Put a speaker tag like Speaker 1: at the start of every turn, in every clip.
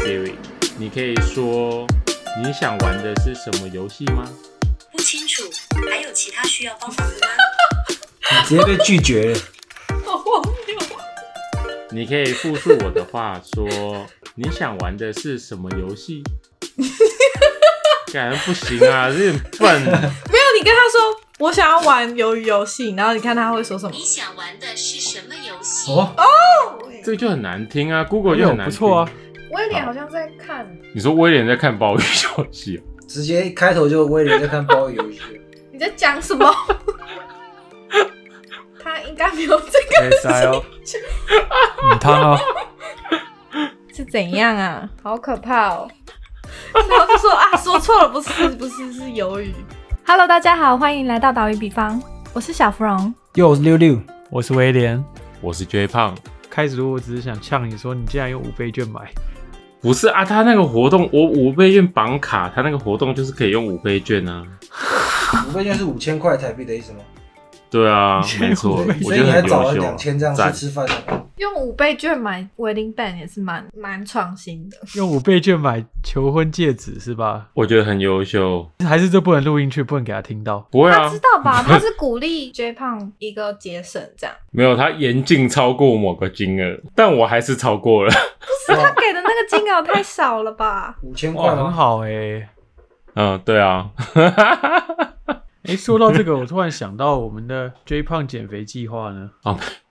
Speaker 1: Siri，你可以说你想玩的是什么游戏吗？
Speaker 2: 不清楚，还有其他需要帮忙的吗？
Speaker 3: 直接被拒绝了。
Speaker 4: 好荒谬！
Speaker 1: 你可以复述我的话说你想玩的是什么游戏？感觉不行 啊，有点笨。
Speaker 4: 没有，你跟他说我想要玩鱿鱼游戏，然后你看他会说什么
Speaker 2: 你？想玩的是什么游戏？
Speaker 3: 哦，
Speaker 1: 这个就很难听啊，Google 就很难
Speaker 5: 不
Speaker 1: 听。
Speaker 5: 错啊，，
Speaker 4: 威廉好像在看，
Speaker 1: 你说威廉在看鲍鱼游戏啊，
Speaker 3: 直接一开头就威廉在看包游戏，
Speaker 4: 你在讲什 么？他应该没有这个
Speaker 5: 可以塞哦，嗯，汤哦，
Speaker 4: 是怎样啊？好可怕哦！然后就说啊，说错了，不是不是是鱿鱼。
Speaker 6: Hello，大家好，欢迎来到岛屿比方，我是小芙蓉。
Speaker 3: 又是六六，
Speaker 5: 我是威廉。
Speaker 1: 我是 J 胖。
Speaker 5: 开始我只是想呛你说，你竟然用五倍券 买，
Speaker 1: 不是啊，他那个活动，我五倍券绑卡，他那个活动就是可以用五倍券啊。
Speaker 3: 五倍券是五千块台币的意思吗？
Speaker 1: 对啊，没错，
Speaker 5: 五倍券
Speaker 1: 我
Speaker 3: 所
Speaker 1: 觉
Speaker 3: 以
Speaker 1: 得
Speaker 3: 你还
Speaker 1: 很
Speaker 3: 找
Speaker 1: 优
Speaker 3: 了
Speaker 1: 秀
Speaker 3: 两
Speaker 1: 啊。
Speaker 3: 千这样
Speaker 1: 赞
Speaker 3: 去吃饭啊呢。？
Speaker 4: 用五倍券买 wedding band 也是蛮蛮创新的。
Speaker 5: 用五倍券买求婚戒指是吧？
Speaker 1: 我觉得很优秀。
Speaker 5: 还是这不能录进去，不能给他听到。
Speaker 1: 不会
Speaker 4: 他
Speaker 1: 啊
Speaker 4: 知，道吧？他是鼓励 J 胖一个节省这样。
Speaker 1: 没有，他严禁超过某个金额，但我还是超过了。
Speaker 4: 是
Speaker 5: 哦
Speaker 4: 他给的那个金额太少了吧
Speaker 3: 五千块
Speaker 5: 哇，很
Speaker 3: 吗？
Speaker 5: 好哎、
Speaker 1: 嗯，对啊，
Speaker 5: 哎、说到这个，我突然想到我们的 J 胖减肥计划呢。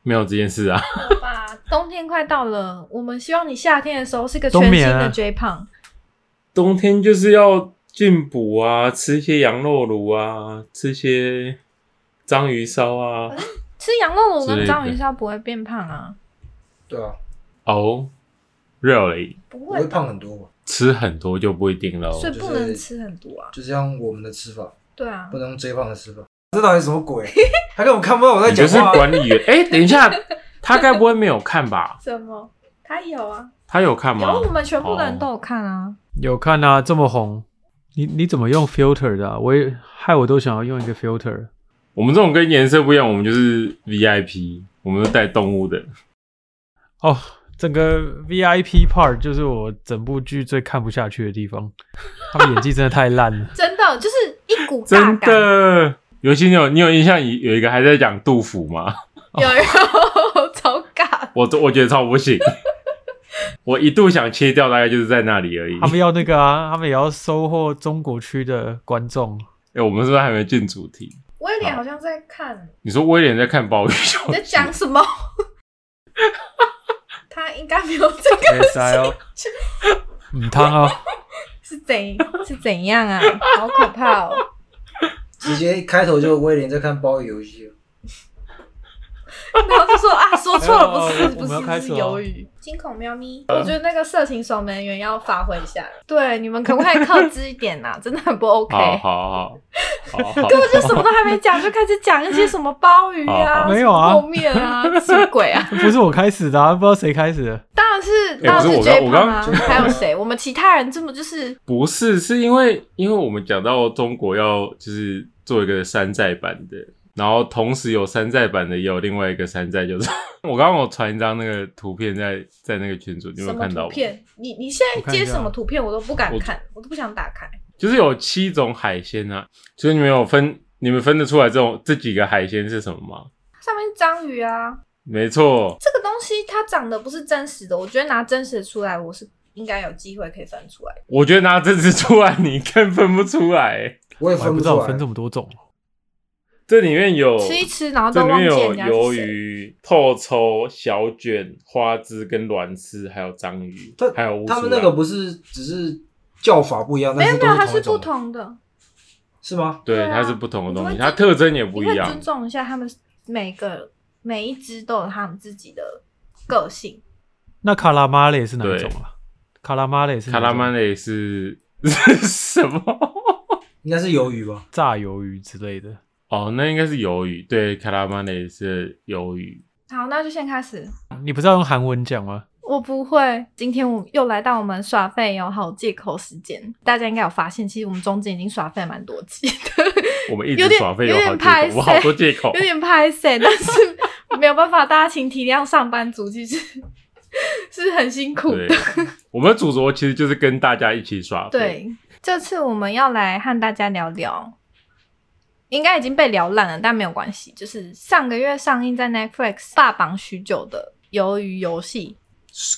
Speaker 1: 没有这件事啊。
Speaker 4: 好吧，冬天快到了，我们希望你夏天的时候是个全
Speaker 5: 冬
Speaker 4: 新
Speaker 5: 眠啊
Speaker 4: 的 J 胖。
Speaker 1: 冬天就是要进补啊，吃些羊肉炉啊，吃些章鱼烧 啊。
Speaker 4: 吃羊肉
Speaker 1: 之
Speaker 4: 炉
Speaker 1: 类
Speaker 4: 跟
Speaker 1: 的
Speaker 4: 章鱼烧不会变胖啊，
Speaker 3: 对啊，
Speaker 1: 哦、r e a l l y
Speaker 4: 不
Speaker 3: 我
Speaker 4: 会
Speaker 3: 会
Speaker 4: 吧，
Speaker 3: 胖很多吧，
Speaker 1: 吃很多就不一定了哦。
Speaker 4: 所以
Speaker 3: 就是
Speaker 4: 不能吃很多啊。
Speaker 3: 就是用我们的吃法，
Speaker 4: 对啊
Speaker 3: 不，能用 J 胖的吃法。这到底什么鬼？他根本看不到我在
Speaker 1: 你就是
Speaker 3: 讲话啊。
Speaker 1: 管理员。 哎、等一下，他该不会没有看吧？
Speaker 4: 怎么？他有啊，
Speaker 1: 他有看吗
Speaker 4: 有？我们全部的人都有看啊。。
Speaker 5: 有看啊，这么红，你你怎么用 filter 的、啊？我也害我都想要用一个 filter。
Speaker 1: 我们这种跟颜色不一样，我们就是 VIP，我们是带动物的。
Speaker 5: 哦，整个 VIP part 就是我整部剧最看不下去的地方，他们演技真的太烂了
Speaker 4: 真的就是一股大
Speaker 1: 真
Speaker 4: 感，
Speaker 1: 的，尤其你有你有印象，有一个还在讲杜甫吗？
Speaker 4: 有有超尬。
Speaker 1: 我我觉得超不行， 我一度想切掉，大概就是在那里而已。
Speaker 5: 他们要那个啊，他们也要收获中国区的观 众。
Speaker 1: 哎、我们是不是还没进主题？
Speaker 4: 威廉好像在看，
Speaker 1: 你说威廉在看鲍鱼秀
Speaker 4: 你在讲什 么？他应该没有这个
Speaker 5: 可以塞 哦，嗯，汤哦，
Speaker 4: 是怎是怎样啊？好可怕哦！
Speaker 3: 直接一开头就威廉在看包游戏，
Speaker 4: 然后就说啊，说错了，不
Speaker 5: 没有
Speaker 4: 是
Speaker 5: 我
Speaker 4: 不
Speaker 5: 们
Speaker 4: 是
Speaker 5: 要开始
Speaker 1: 哦
Speaker 4: 是
Speaker 5: 了
Speaker 4: 鱿鱼，惊恐喵咪。
Speaker 1: 呃
Speaker 4: 我觉得那个色情守门员要发挥一下，对，你们可不可以克制一点呐、啊？ 真的很不 OK。
Speaker 1: 好好好好 好，
Speaker 4: 根本就什么都还没讲，就开始讲一些什么鲍鱼
Speaker 1: 好
Speaker 4: 啊、
Speaker 1: 好
Speaker 5: 没有啊
Speaker 4: 什么泡面啊、 什么鬼啊？
Speaker 5: 不是我开始的、啊，不知道谁开始的。
Speaker 4: 当然是，
Speaker 1: 哎
Speaker 4: 当然
Speaker 1: 不是我
Speaker 4: J
Speaker 1: 刚
Speaker 4: 胖啊
Speaker 3: 我刚，
Speaker 4: 还有谁？我们其他人这么就是
Speaker 1: 不是，是因为因为我们讲到中国要就是做一个山寨版的，然后同时有山寨版的，也有另外一个山寨，就是 我刚刚我传一张那个图片在在那个群组，你有没有
Speaker 4: 什么
Speaker 1: 看到
Speaker 4: 图
Speaker 1: 吗？
Speaker 4: 片？你你现
Speaker 5: 我
Speaker 4: 在
Speaker 5: 看一
Speaker 4: 接
Speaker 5: 下
Speaker 4: 什么图片我都不敢
Speaker 1: 啊我
Speaker 4: 看，我都不想打开。
Speaker 1: 就是有七种海鲜啊，所以你们有分你们分得出来这种这几个海鲜是什么吗？
Speaker 4: 上面是章鱼啊，
Speaker 1: 没错，
Speaker 4: 这个东西它长得不是真实的，我觉得拿真实的出来，我是应该有机会可以分出来的。
Speaker 1: 我觉得拿这只出来你更分不出来，
Speaker 3: 我也
Speaker 5: 我还
Speaker 3: 分
Speaker 5: 不知
Speaker 3: 出
Speaker 5: 道我
Speaker 3: 来
Speaker 5: 分。这么多种，
Speaker 1: 这里面有
Speaker 4: 吃一吃，然后
Speaker 1: 哦这
Speaker 4: 都
Speaker 1: 里
Speaker 4: 忘
Speaker 1: 面
Speaker 4: 记
Speaker 1: 有
Speaker 4: 人家
Speaker 1: 鱿
Speaker 4: 是谁。
Speaker 1: 鱼、透抽、小卷、花枝跟卵丝，还有章鱼
Speaker 3: 他，
Speaker 1: 还有乌啊
Speaker 3: 他
Speaker 1: 苏
Speaker 3: 们
Speaker 5: 啊
Speaker 1: 拉
Speaker 3: 那个不是只是叫法不一样，
Speaker 4: 没
Speaker 3: 但是
Speaker 4: 有没
Speaker 3: 都
Speaker 4: 有，它
Speaker 3: 同一
Speaker 4: 是不
Speaker 3: 种，
Speaker 4: 同的，
Speaker 3: 是吗？
Speaker 1: 对
Speaker 4: 对啊
Speaker 1: 它是不同的东西，
Speaker 4: 你会
Speaker 1: 它特征也不
Speaker 4: 你
Speaker 1: 一
Speaker 4: 会
Speaker 1: 样
Speaker 4: 尊。重一下他们每个每一只都有他们自己的个性。
Speaker 5: 那卡拉马雷是哪一种啊？卡拉马雷是哪
Speaker 1: 卡
Speaker 5: 一种
Speaker 1: 拉曼雷是 是什么？
Speaker 3: 应该是鱿鱼吧？
Speaker 5: 炸鱿鱼之类的。
Speaker 1: 哦，那应该是鱿鱼，对，卡拉曼雷是鱿鱼。
Speaker 4: 好，那就先开始。
Speaker 5: 你不是要用韩文讲吗？
Speaker 4: 我不会，今天我又来到我们耍废有好借口时间。大家应该有发现，其实我们中间已经耍废蛮多集的。
Speaker 1: 我们一
Speaker 4: 有
Speaker 1: 直
Speaker 4: 点
Speaker 1: 耍废
Speaker 4: 有
Speaker 1: 好
Speaker 4: 点
Speaker 1: 借
Speaker 4: 拍
Speaker 1: 口，我好多
Speaker 4: 谁
Speaker 1: 借口
Speaker 4: 有。点拍谁，但是没有办法，大家请体谅上班族，其实是很辛苦
Speaker 1: 对
Speaker 4: 的。，
Speaker 1: 我们的主轴其实就是跟大家一起耍废。
Speaker 4: 对，这次我们要来和大家聊聊，应该已经被聊烂了，但没有关系。就是上个月上映在 Netflix 霸榜许久的《鱿鱼游戏》，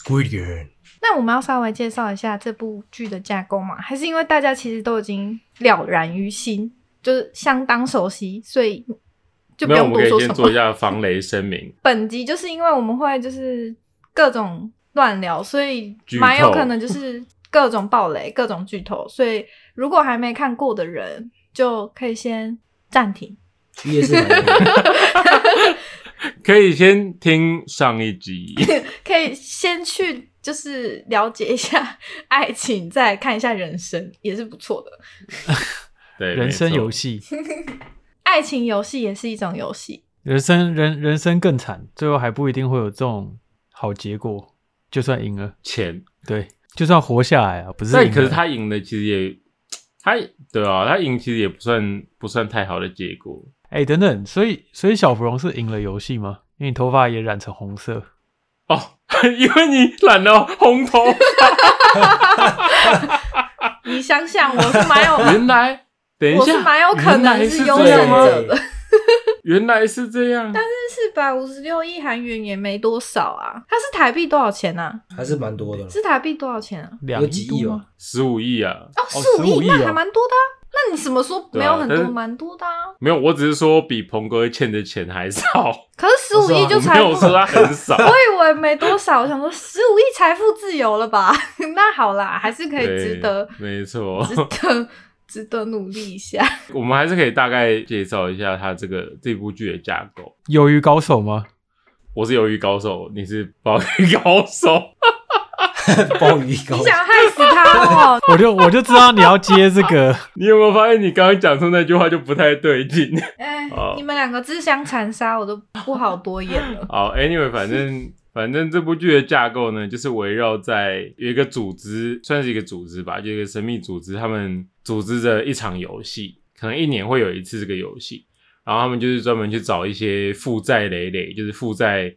Speaker 3: Squid Game，
Speaker 4: 那我们要稍微介绍一下这部剧的架构吗？还是因为大家其实都已经了然于心，就是相当熟悉，所以就不
Speaker 1: 没有，我们
Speaker 4: 用多
Speaker 1: 可以
Speaker 4: 说
Speaker 1: 先
Speaker 4: 什
Speaker 1: 做一
Speaker 4: 么。
Speaker 1: 下防雷声明。
Speaker 4: 本集就是因为我们会就是各种乱聊，所以
Speaker 1: 剧透
Speaker 4: 蛮有 可能就是各种暴雷、各种剧透，所以如果还没看过的人就可以先暂停。
Speaker 3: 夜市蛮多的
Speaker 1: 可以先听上一 集，
Speaker 4: 可以先去就是了解一下 爱情，再看一下人生，也是不错的。
Speaker 1: 对，
Speaker 5: 人生
Speaker 1: 没错
Speaker 5: 游，戏，
Speaker 4: 爱情游戏也是一种游戏，
Speaker 5: 人生人人生更惨，最后还不一定会有这种好结果。就算赢了，
Speaker 1: 钱，
Speaker 5: 对，就算活下来啊，不是赢
Speaker 1: 但
Speaker 5: 了？
Speaker 1: 可是他赢了，其实也，他对啊，他赢其实也不算不算太好的结果。
Speaker 5: 哎、等等，所以所以小芙蓉是赢了游戏吗？因为你头发也染成红色，
Speaker 1: 哦， 因为你染了红 头发，
Speaker 4: 你想想，我是 蛮有，
Speaker 1: 原来，等一
Speaker 4: 我是
Speaker 1: 下，
Speaker 4: 蛮有可
Speaker 1: 原来
Speaker 4: 能
Speaker 1: 是
Speaker 4: 是优
Speaker 1: 这
Speaker 4: 胜
Speaker 1: 样吗
Speaker 4: 者的。
Speaker 1: 原来是这样，
Speaker 4: 四百五十六亿韩元也没多少啊，它是台币多少钱啊？
Speaker 3: 还是蛮多的。
Speaker 4: 是台币多少钱啊？
Speaker 5: 两
Speaker 3: 有
Speaker 5: 亿
Speaker 3: 几
Speaker 5: 多
Speaker 3: 亿哦
Speaker 5: 吗？
Speaker 1: 十五亿啊，
Speaker 4: 哦，
Speaker 5: 哦
Speaker 4: 四
Speaker 5: 15
Speaker 4: 五
Speaker 5: 亿
Speaker 4: 亿，
Speaker 5: 哦
Speaker 4: 那还蛮多的啊。那你什么说没有很
Speaker 1: 对啊但
Speaker 4: 多，
Speaker 1: 是
Speaker 4: 蛮多的啊？
Speaker 1: 没有，我只是说比鹏哥欠的钱还少，
Speaker 4: 可是十五亿就
Speaker 1: 我啊
Speaker 4: 才
Speaker 1: 没 有
Speaker 4: 富
Speaker 1: 说他很少。
Speaker 4: 我以为没多少，我想说十五亿财富自由了吧？ 那好啦，还是可以
Speaker 1: 对
Speaker 4: 值得，
Speaker 1: 没错，
Speaker 4: 值 得，值得努力一下。
Speaker 1: 我们还是可以大概介绍一下他这个这部剧的架构。
Speaker 5: 鱿鱼高手 吗？
Speaker 1: 我是鱿鱼高手，你是鲍鱼高手，
Speaker 3: 鲍鱼糕
Speaker 1: 哦
Speaker 4: 你，想害死 他哦？
Speaker 5: 我就我就知道你要接这个，
Speaker 1: 你有没有发现你刚刚讲出那句话就不太对劲？
Speaker 4: 哎
Speaker 1: 哦，嗯
Speaker 4: 你们两个自相残杀，我都不好多言了。
Speaker 1: 好，anyway，反正反正这部剧的架构呢，就是围绕在有一个组织，算是一个组织吧，就一个神秘组织，他们组织着一场游戏，可能一年会有一次这个游戏，然后他们就是专门去找一些负债累累，就是负债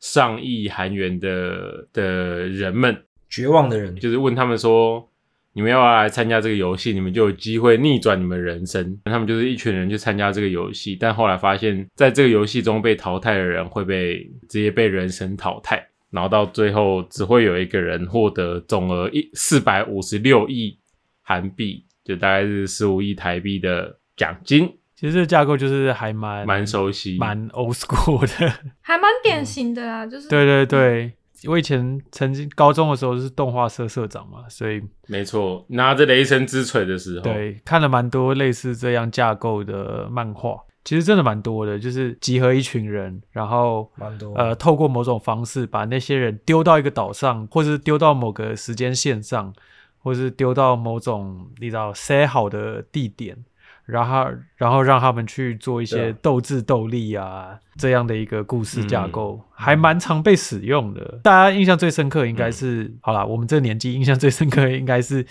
Speaker 1: 上亿韩元的的人们，
Speaker 3: 绝望的人，
Speaker 1: 就是问他们说，你们要不要来参加这个游戏？你们就有机会逆转你们人生。他们就是一群人去参加这个游戏，但后来发现，在这个游戏中被淘汰的人会被直接被人生淘汰，然后到最后只会有一个人获得总额一四百五十六亿韩币，就大概是十五亿台币的奖金，
Speaker 5: 其实这个架构就是还蛮
Speaker 1: 蛮熟悉，
Speaker 5: 蛮 old school 的。
Speaker 4: 还蛮典型的啦，就是
Speaker 5: 对对对，我以前曾经高中的时候是动画社社长嘛，所以
Speaker 1: 没错。拿着雷神之锤的时候，
Speaker 5: 对看了蛮多类似这样架构的漫画，其实真的蛮多的，就是集合一群人，然后
Speaker 3: 蛮多
Speaker 5: 呃，透过某种方式把那些人丢到一个岛上，或是丢到某个时间线上，或是丢到某种你知道塞好的地点，然后然后让他们去做一
Speaker 3: 对
Speaker 5: 些
Speaker 3: 啊嗯
Speaker 5: 斗智斗力啊这样的一个故事架构，还蛮常被使用的。大家印象最深刻应该是，好啦，我们这个年纪印象最深刻应该是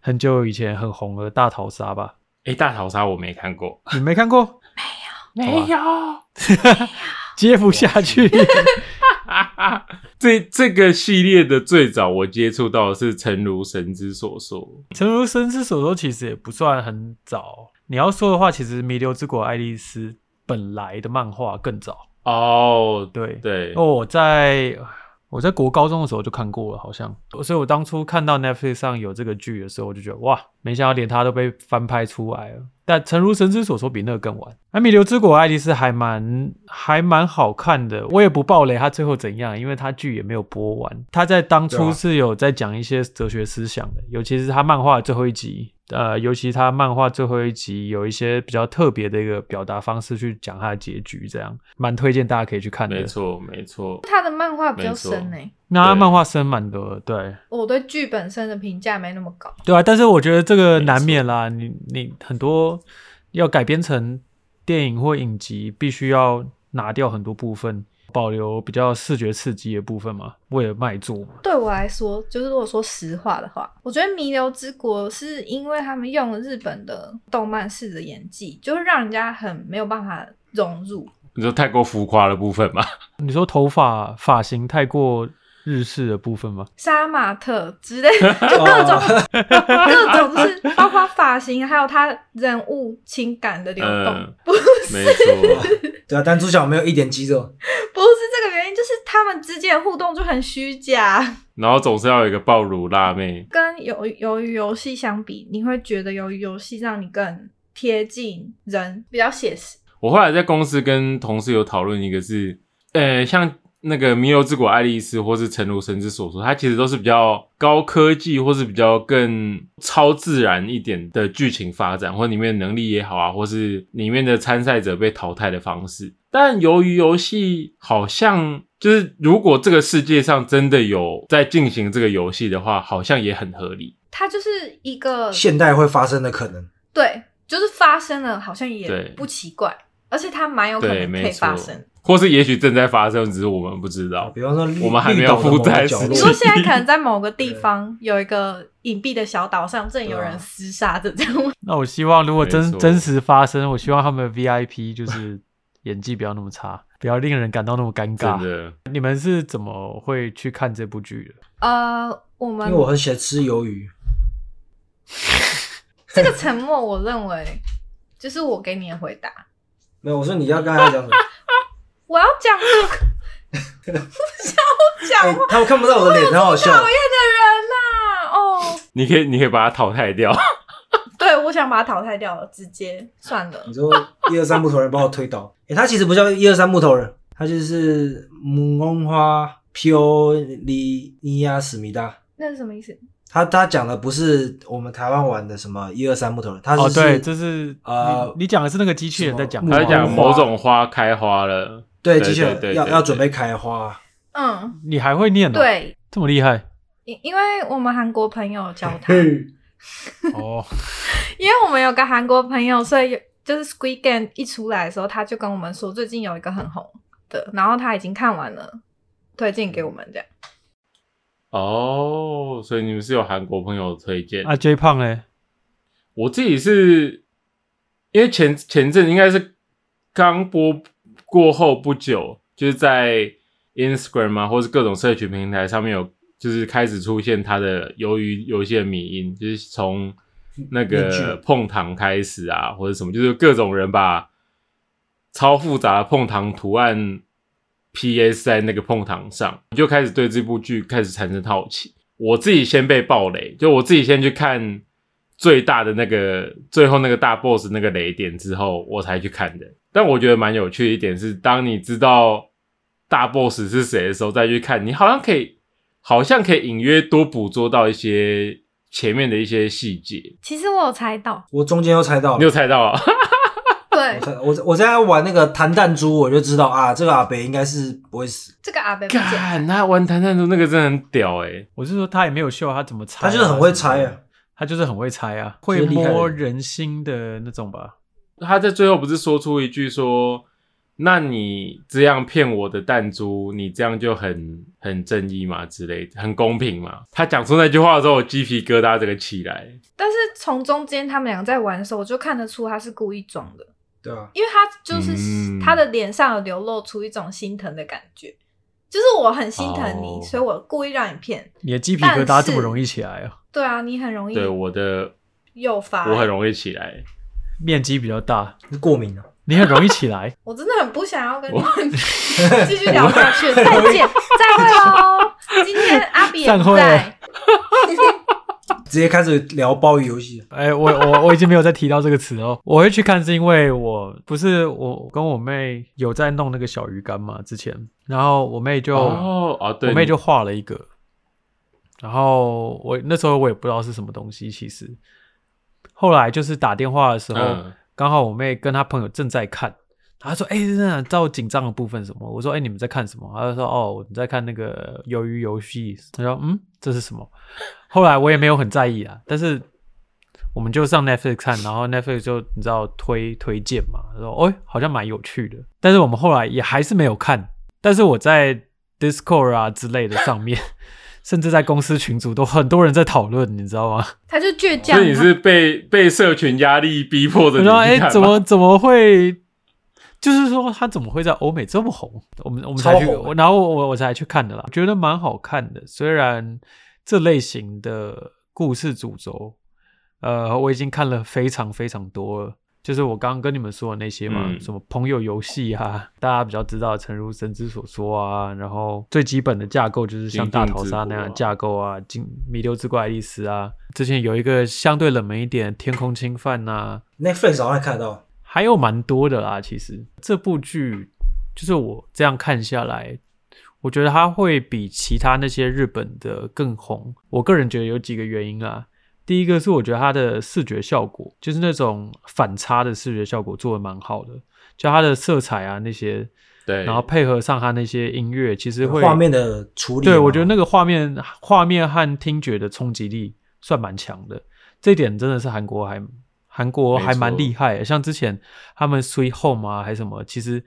Speaker 5: 很久以前很红的《大逃杀》吧？
Speaker 1: 哎，大逃杀我没看过，
Speaker 5: 你没看过？
Speaker 1: 没有。
Speaker 5: 接不下去。
Speaker 1: 这这个系列的最早我接触到的是《诚如神之所说》，
Speaker 5: 诚如深之所说，其实也不算很早。你要说的话，其实《弥留之国爱丽丝》本来的漫画更早。
Speaker 1: 哦，
Speaker 5: 对，
Speaker 1: 对，
Speaker 5: 哦，我在我在国高中的时候就看过了，好像。所以我当初看到 Netflix 上有这个剧的时候，我就觉得哇，没想到连它都被翻拍出来了。但诚如神之所说，比那个更晚。那《弥留之国爱丽丝》还蛮还蛮好看的，我也不爆雷它最后怎样，因为它剧也没有播完。它在当
Speaker 3: 对
Speaker 5: 初
Speaker 3: 啊
Speaker 5: 是有在讲一些哲学思想的，尤其是它漫画的最后一集。呃，尤其它漫画最后一集有一些比较特别的一个表达方式去讲它的结局，这样蛮推荐大家可以去看的。
Speaker 1: 没错，没错。
Speaker 4: 他的漫画比较
Speaker 1: 没错
Speaker 4: 深呢、欸
Speaker 5: 那他
Speaker 1: 对
Speaker 5: 漫画深蛮多的，对
Speaker 4: 我对剧本身的评价没那么高。
Speaker 5: 对啊，但是我觉得这个
Speaker 1: 没
Speaker 5: 难
Speaker 1: 错
Speaker 5: 免啦，你你很多要改编成电影或影集，必须要拿掉很多部分，保留比较视觉刺激的部分嘛，为了卖座嘛。
Speaker 4: 对我来说，就是如果说实话的话，我觉得《弥留之国》是因为他们用了日本的动漫式的演技，就是让人家很没有办法融入。
Speaker 1: 你说太过浮夸的部分嘛？
Speaker 5: 你说头发发型太过日式的部分吗？
Speaker 4: 杀马特之类，就各种、 各种，就是包括发型，还有他人物情感的流动，
Speaker 1: 嗯
Speaker 4: 不是
Speaker 1: 没错，
Speaker 3: 对啊，男主角没有一点肌肉，
Speaker 4: 不是这个原因，就是他们之间的互动就很虚假。
Speaker 1: 然后总是要有一个爆乳辣妹，
Speaker 4: 跟鱿鱿鱼游戏相比，你会觉得鱿鱼游戏让你更贴近人，比较写实。
Speaker 1: 我后来在公司跟同事有讨论一个是，呃，像那个《弥留之国爱丽丝》或是《诚如神之所说》，它其实都是比较高科技或是比较更超自然一点的剧情发展，或里面的能力也好啊，或是里面的参赛者被淘汰的方式。但由于游戏好像就是，如果这个世界上真的有在进行这个游戏的话，好像也很合理。
Speaker 4: 它就是一个
Speaker 3: 现代会发生的可能。
Speaker 4: 对，就是发生了，好像
Speaker 1: 对
Speaker 4: 也不奇怪，而且它蛮有可
Speaker 1: 对，
Speaker 4: 能可
Speaker 1: 没
Speaker 4: 以
Speaker 1: 错
Speaker 4: 发生。。
Speaker 1: 或是也许正在发生，只是我们不知道。
Speaker 3: 比方说绿，
Speaker 1: 我们还没
Speaker 3: 绿
Speaker 1: 有
Speaker 3: 岛的
Speaker 1: 负
Speaker 3: 某
Speaker 1: 债
Speaker 3: 个角
Speaker 1: 实
Speaker 4: 你
Speaker 1: 际
Speaker 3: 落
Speaker 4: 说 现在可能在某个地方有一个隐蔽的小岛上，正有人厮杀着这样。
Speaker 5: 那我希望如果
Speaker 1: 没
Speaker 5: 真
Speaker 1: 错
Speaker 5: 真实发生，我希望他们的 VIP 就是演技不要那么差，不要令人感到那么尴
Speaker 1: 真
Speaker 5: 尬。
Speaker 1: 的，
Speaker 5: 你们是怎么会去看这部剧的？
Speaker 4: 呃，我们
Speaker 3: 因为我很喜欢吃鱿鱼，
Speaker 4: 这个沉默，我认为就是我给你的回答。
Speaker 3: 没有，我说你要刚才 讲什么？
Speaker 4: 我要讲这个
Speaker 3: 哎、他们看不到我的脸，很好笑。
Speaker 4: 讨厌的人啦、哦，
Speaker 1: 你可以，你可以把它淘汰掉。
Speaker 4: 对，我想把它淘汰掉了，直接算了
Speaker 3: 你。说一二三木头人把我推倒，哎、他其实不叫一二三木头人，他就是木工花飘里尼亚史密达。
Speaker 4: 那是什么意思？
Speaker 3: 他他讲的不是我们台湾玩的什么一二三木头人，他是、
Speaker 5: 哦，对，这是
Speaker 3: 呃
Speaker 5: 你你讲的是那个机器人在
Speaker 3: 什
Speaker 5: 讲
Speaker 3: 么
Speaker 1: 他
Speaker 5: 话，
Speaker 3: 木偶
Speaker 1: 讲
Speaker 3: 花
Speaker 1: 某种花开花了，
Speaker 3: 对
Speaker 1: 对
Speaker 3: 机器
Speaker 1: 对对
Speaker 3: 人要
Speaker 1: 对
Speaker 3: 要
Speaker 1: 对
Speaker 3: 准备开花，
Speaker 4: 嗯，
Speaker 5: 你还会念哦，，
Speaker 4: 对，
Speaker 5: 这么厉害
Speaker 4: 因因为我们韩国朋友教他，
Speaker 3: 嘿，
Speaker 5: 哦，
Speaker 4: 因为我们有个韩国朋友，所以有就是 Squid Game 一出来的时候，他就跟我们说最近有一个很红的，然后他已经看完了，推荐给我们这样。
Speaker 1: 哦，所以你们是有韩国朋友推荐。
Speaker 5: 啊 J 胖嘞，
Speaker 1: 我自己是因为前前阵应该是刚播过后不久，就是在 Instagram 啊，或是各种社群平台上面有，就是开始出现他的由于有一些迷因，就是从那
Speaker 3: 面
Speaker 1: 个
Speaker 3: 具
Speaker 1: 碰糖开始啊，或者什么，就是各种人把超复杂的碰糖图案 PS 在那个碰糖上，我就开始对这部剧开始产生好奇。我自己先被暴雷，就我自己先去看最大的那个最后那个大 boss 那个雷点之后，我才去看的。但我觉得蛮有趣的一点是，当你知道大 boss 是谁的时候，再去看，你好像可以，好像可以隐约多捕捉到一些前面的一些细节。
Speaker 4: 其实我有猜 到，
Speaker 3: 我中间又猜到
Speaker 1: 你有
Speaker 3: 了。
Speaker 1: 猜到啊？
Speaker 4: 对
Speaker 3: 我，猜我我在玩那个弹弹珠，我就知道啊，这个阿北应该是不会死，
Speaker 4: 这个阿北不见，
Speaker 1: 干，那玩弹弹珠那个真的很屌哎、
Speaker 5: 我是说他也没有秀他怎么猜啊，
Speaker 3: 他就是很会
Speaker 5: 什
Speaker 3: 猜
Speaker 5: 么
Speaker 3: 啊
Speaker 5: 的，。他就是很会猜啊，
Speaker 3: 就
Speaker 5: 会
Speaker 3: 是厉害的人
Speaker 5: 摸人心的那种吧。
Speaker 1: 他在最后不是说出一句说：“那你这样骗我的弹珠，你这样就很很正义嘛之类的，很公平嘛。”他讲出那句话的时候，我鸡皮疙瘩这个起来。
Speaker 4: 但是从中间他们两个在玩的时候，我就看得出他是故意装的，
Speaker 3: 对啊，
Speaker 4: 因为他就是、
Speaker 1: 嗯
Speaker 4: 他的脸上有流露出一种心疼的感觉，就是我很心疼你，
Speaker 1: 哦
Speaker 4: 所以我故意让你骗。
Speaker 5: 你的鸡皮疙瘩
Speaker 4: 但
Speaker 5: 这
Speaker 4: 是
Speaker 5: 么容易起来啊？
Speaker 4: 对啊，你很容易
Speaker 1: 对我的，
Speaker 4: 诱发，。
Speaker 1: 我很容易起来。
Speaker 5: 面积比较大，
Speaker 3: 是过敏啊了、
Speaker 5: 你很容易起来
Speaker 4: 我真的很不想要跟你们 继续聊下去，再见，再会喽。今天阿比也
Speaker 5: 散
Speaker 4: 不
Speaker 5: 会
Speaker 4: 在，
Speaker 3: 直接开始聊包鱼游戏。
Speaker 5: 哎、我我我已经没有再提到这个词哦。我会去看是因为我不是我跟我妹有在弄那个小鱼干嘛，之前，然后我妹就、
Speaker 1: 哦哦，对，
Speaker 5: 我妹就画了一个，然后我那时候我也不知道是什么东西，其实后来就是打电话的时候，
Speaker 1: 嗯
Speaker 5: 刚好我妹跟她朋友正在看，她说：“哎、真的到紧张的部分是什么？”我说：“哎、你们在看什么？”她就说：“哦，我们在看那个《鱿鱼游戏》。”她说：“嗯，这是什么？”后来我也没有很在意啊，但是我们就上 Netflix 看，然后 Netflix 就你知道推推荐嘛，说：“哦、好像蛮有趣的。”但是我们后来也还是没有看，但是我在 Discord 啊之类的上面。 甚至在公司群组都很多人在讨论，你知道吗？
Speaker 4: 他就倔强
Speaker 1: 所以。你是被被社群压力逼迫着
Speaker 5: 我
Speaker 1: 你
Speaker 5: 说：“哎、
Speaker 1: 去看吗
Speaker 5: 怎么怎么会就是说他怎么会在欧美这么红？我们我们才去
Speaker 3: 超红，
Speaker 5: 然后我我才去看的啦，觉得蛮好看的。虽然这类型的故事主轴，呃，我已经看了非常非常多了。就是我刚刚跟你们说的那些嘛，
Speaker 1: 嗯
Speaker 5: 什么朋友游戏啊，大家比较知道的，诚如神之所说啊，然后最基本的架构就是像
Speaker 1: 金
Speaker 5: 大
Speaker 1: 盾
Speaker 5: 逃
Speaker 1: 之
Speaker 5: 杀
Speaker 1: 国
Speaker 5: 那样的
Speaker 1: 啊
Speaker 5: 架构啊，金弥留之国爱丽丝啊，之前有一个相对冷门一点，天空侵犯呐、啊
Speaker 3: Netflix 好像还看得到，
Speaker 5: 还有蛮多的啦。其实这部剧就是我这样看下来，我觉得它会比其他那些日本的更红。我个人觉得有几个原因啊。第一个是我觉得它的视觉效果，就是那种反差的视觉效果做的蛮好的，就它的色彩啊那些，
Speaker 1: 对，
Speaker 5: 然后配合上它那些音乐，其实会
Speaker 3: 画面的处理嘛。
Speaker 5: 对，我觉得那个画面、画面和听觉的冲击力算蛮强的，这一点真的是韩国还韩国还蛮
Speaker 1: 没错
Speaker 5: 厉害的。像之前他们《Sweet Home》啊，还是什么，其实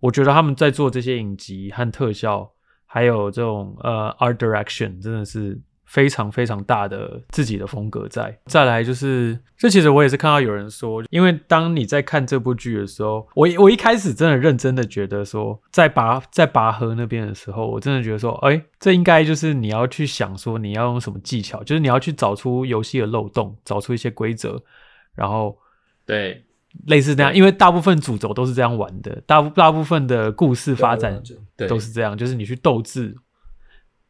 Speaker 5: 我觉得他们在做这些影集和特效，还有这种呃 art direction，真的是非常非常大的自己的风格在。再来就是，这其实我也是看到有人说，因为当你在看这部剧的时候，我我一开始真的认真的觉得说，在拔在拔河那边的时候，我真的觉得说，哎，这应该就是你要去想说你要用什么技巧，就是你要去找出游戏的漏洞，找出一些规则，然后。
Speaker 1: 对
Speaker 5: 类似那样，因为大部分主轴都是这样玩的，大部大部分的故事
Speaker 3: 对
Speaker 5: 发展
Speaker 3: 对啊
Speaker 1: 对
Speaker 5: 都是这样，就是你去斗智，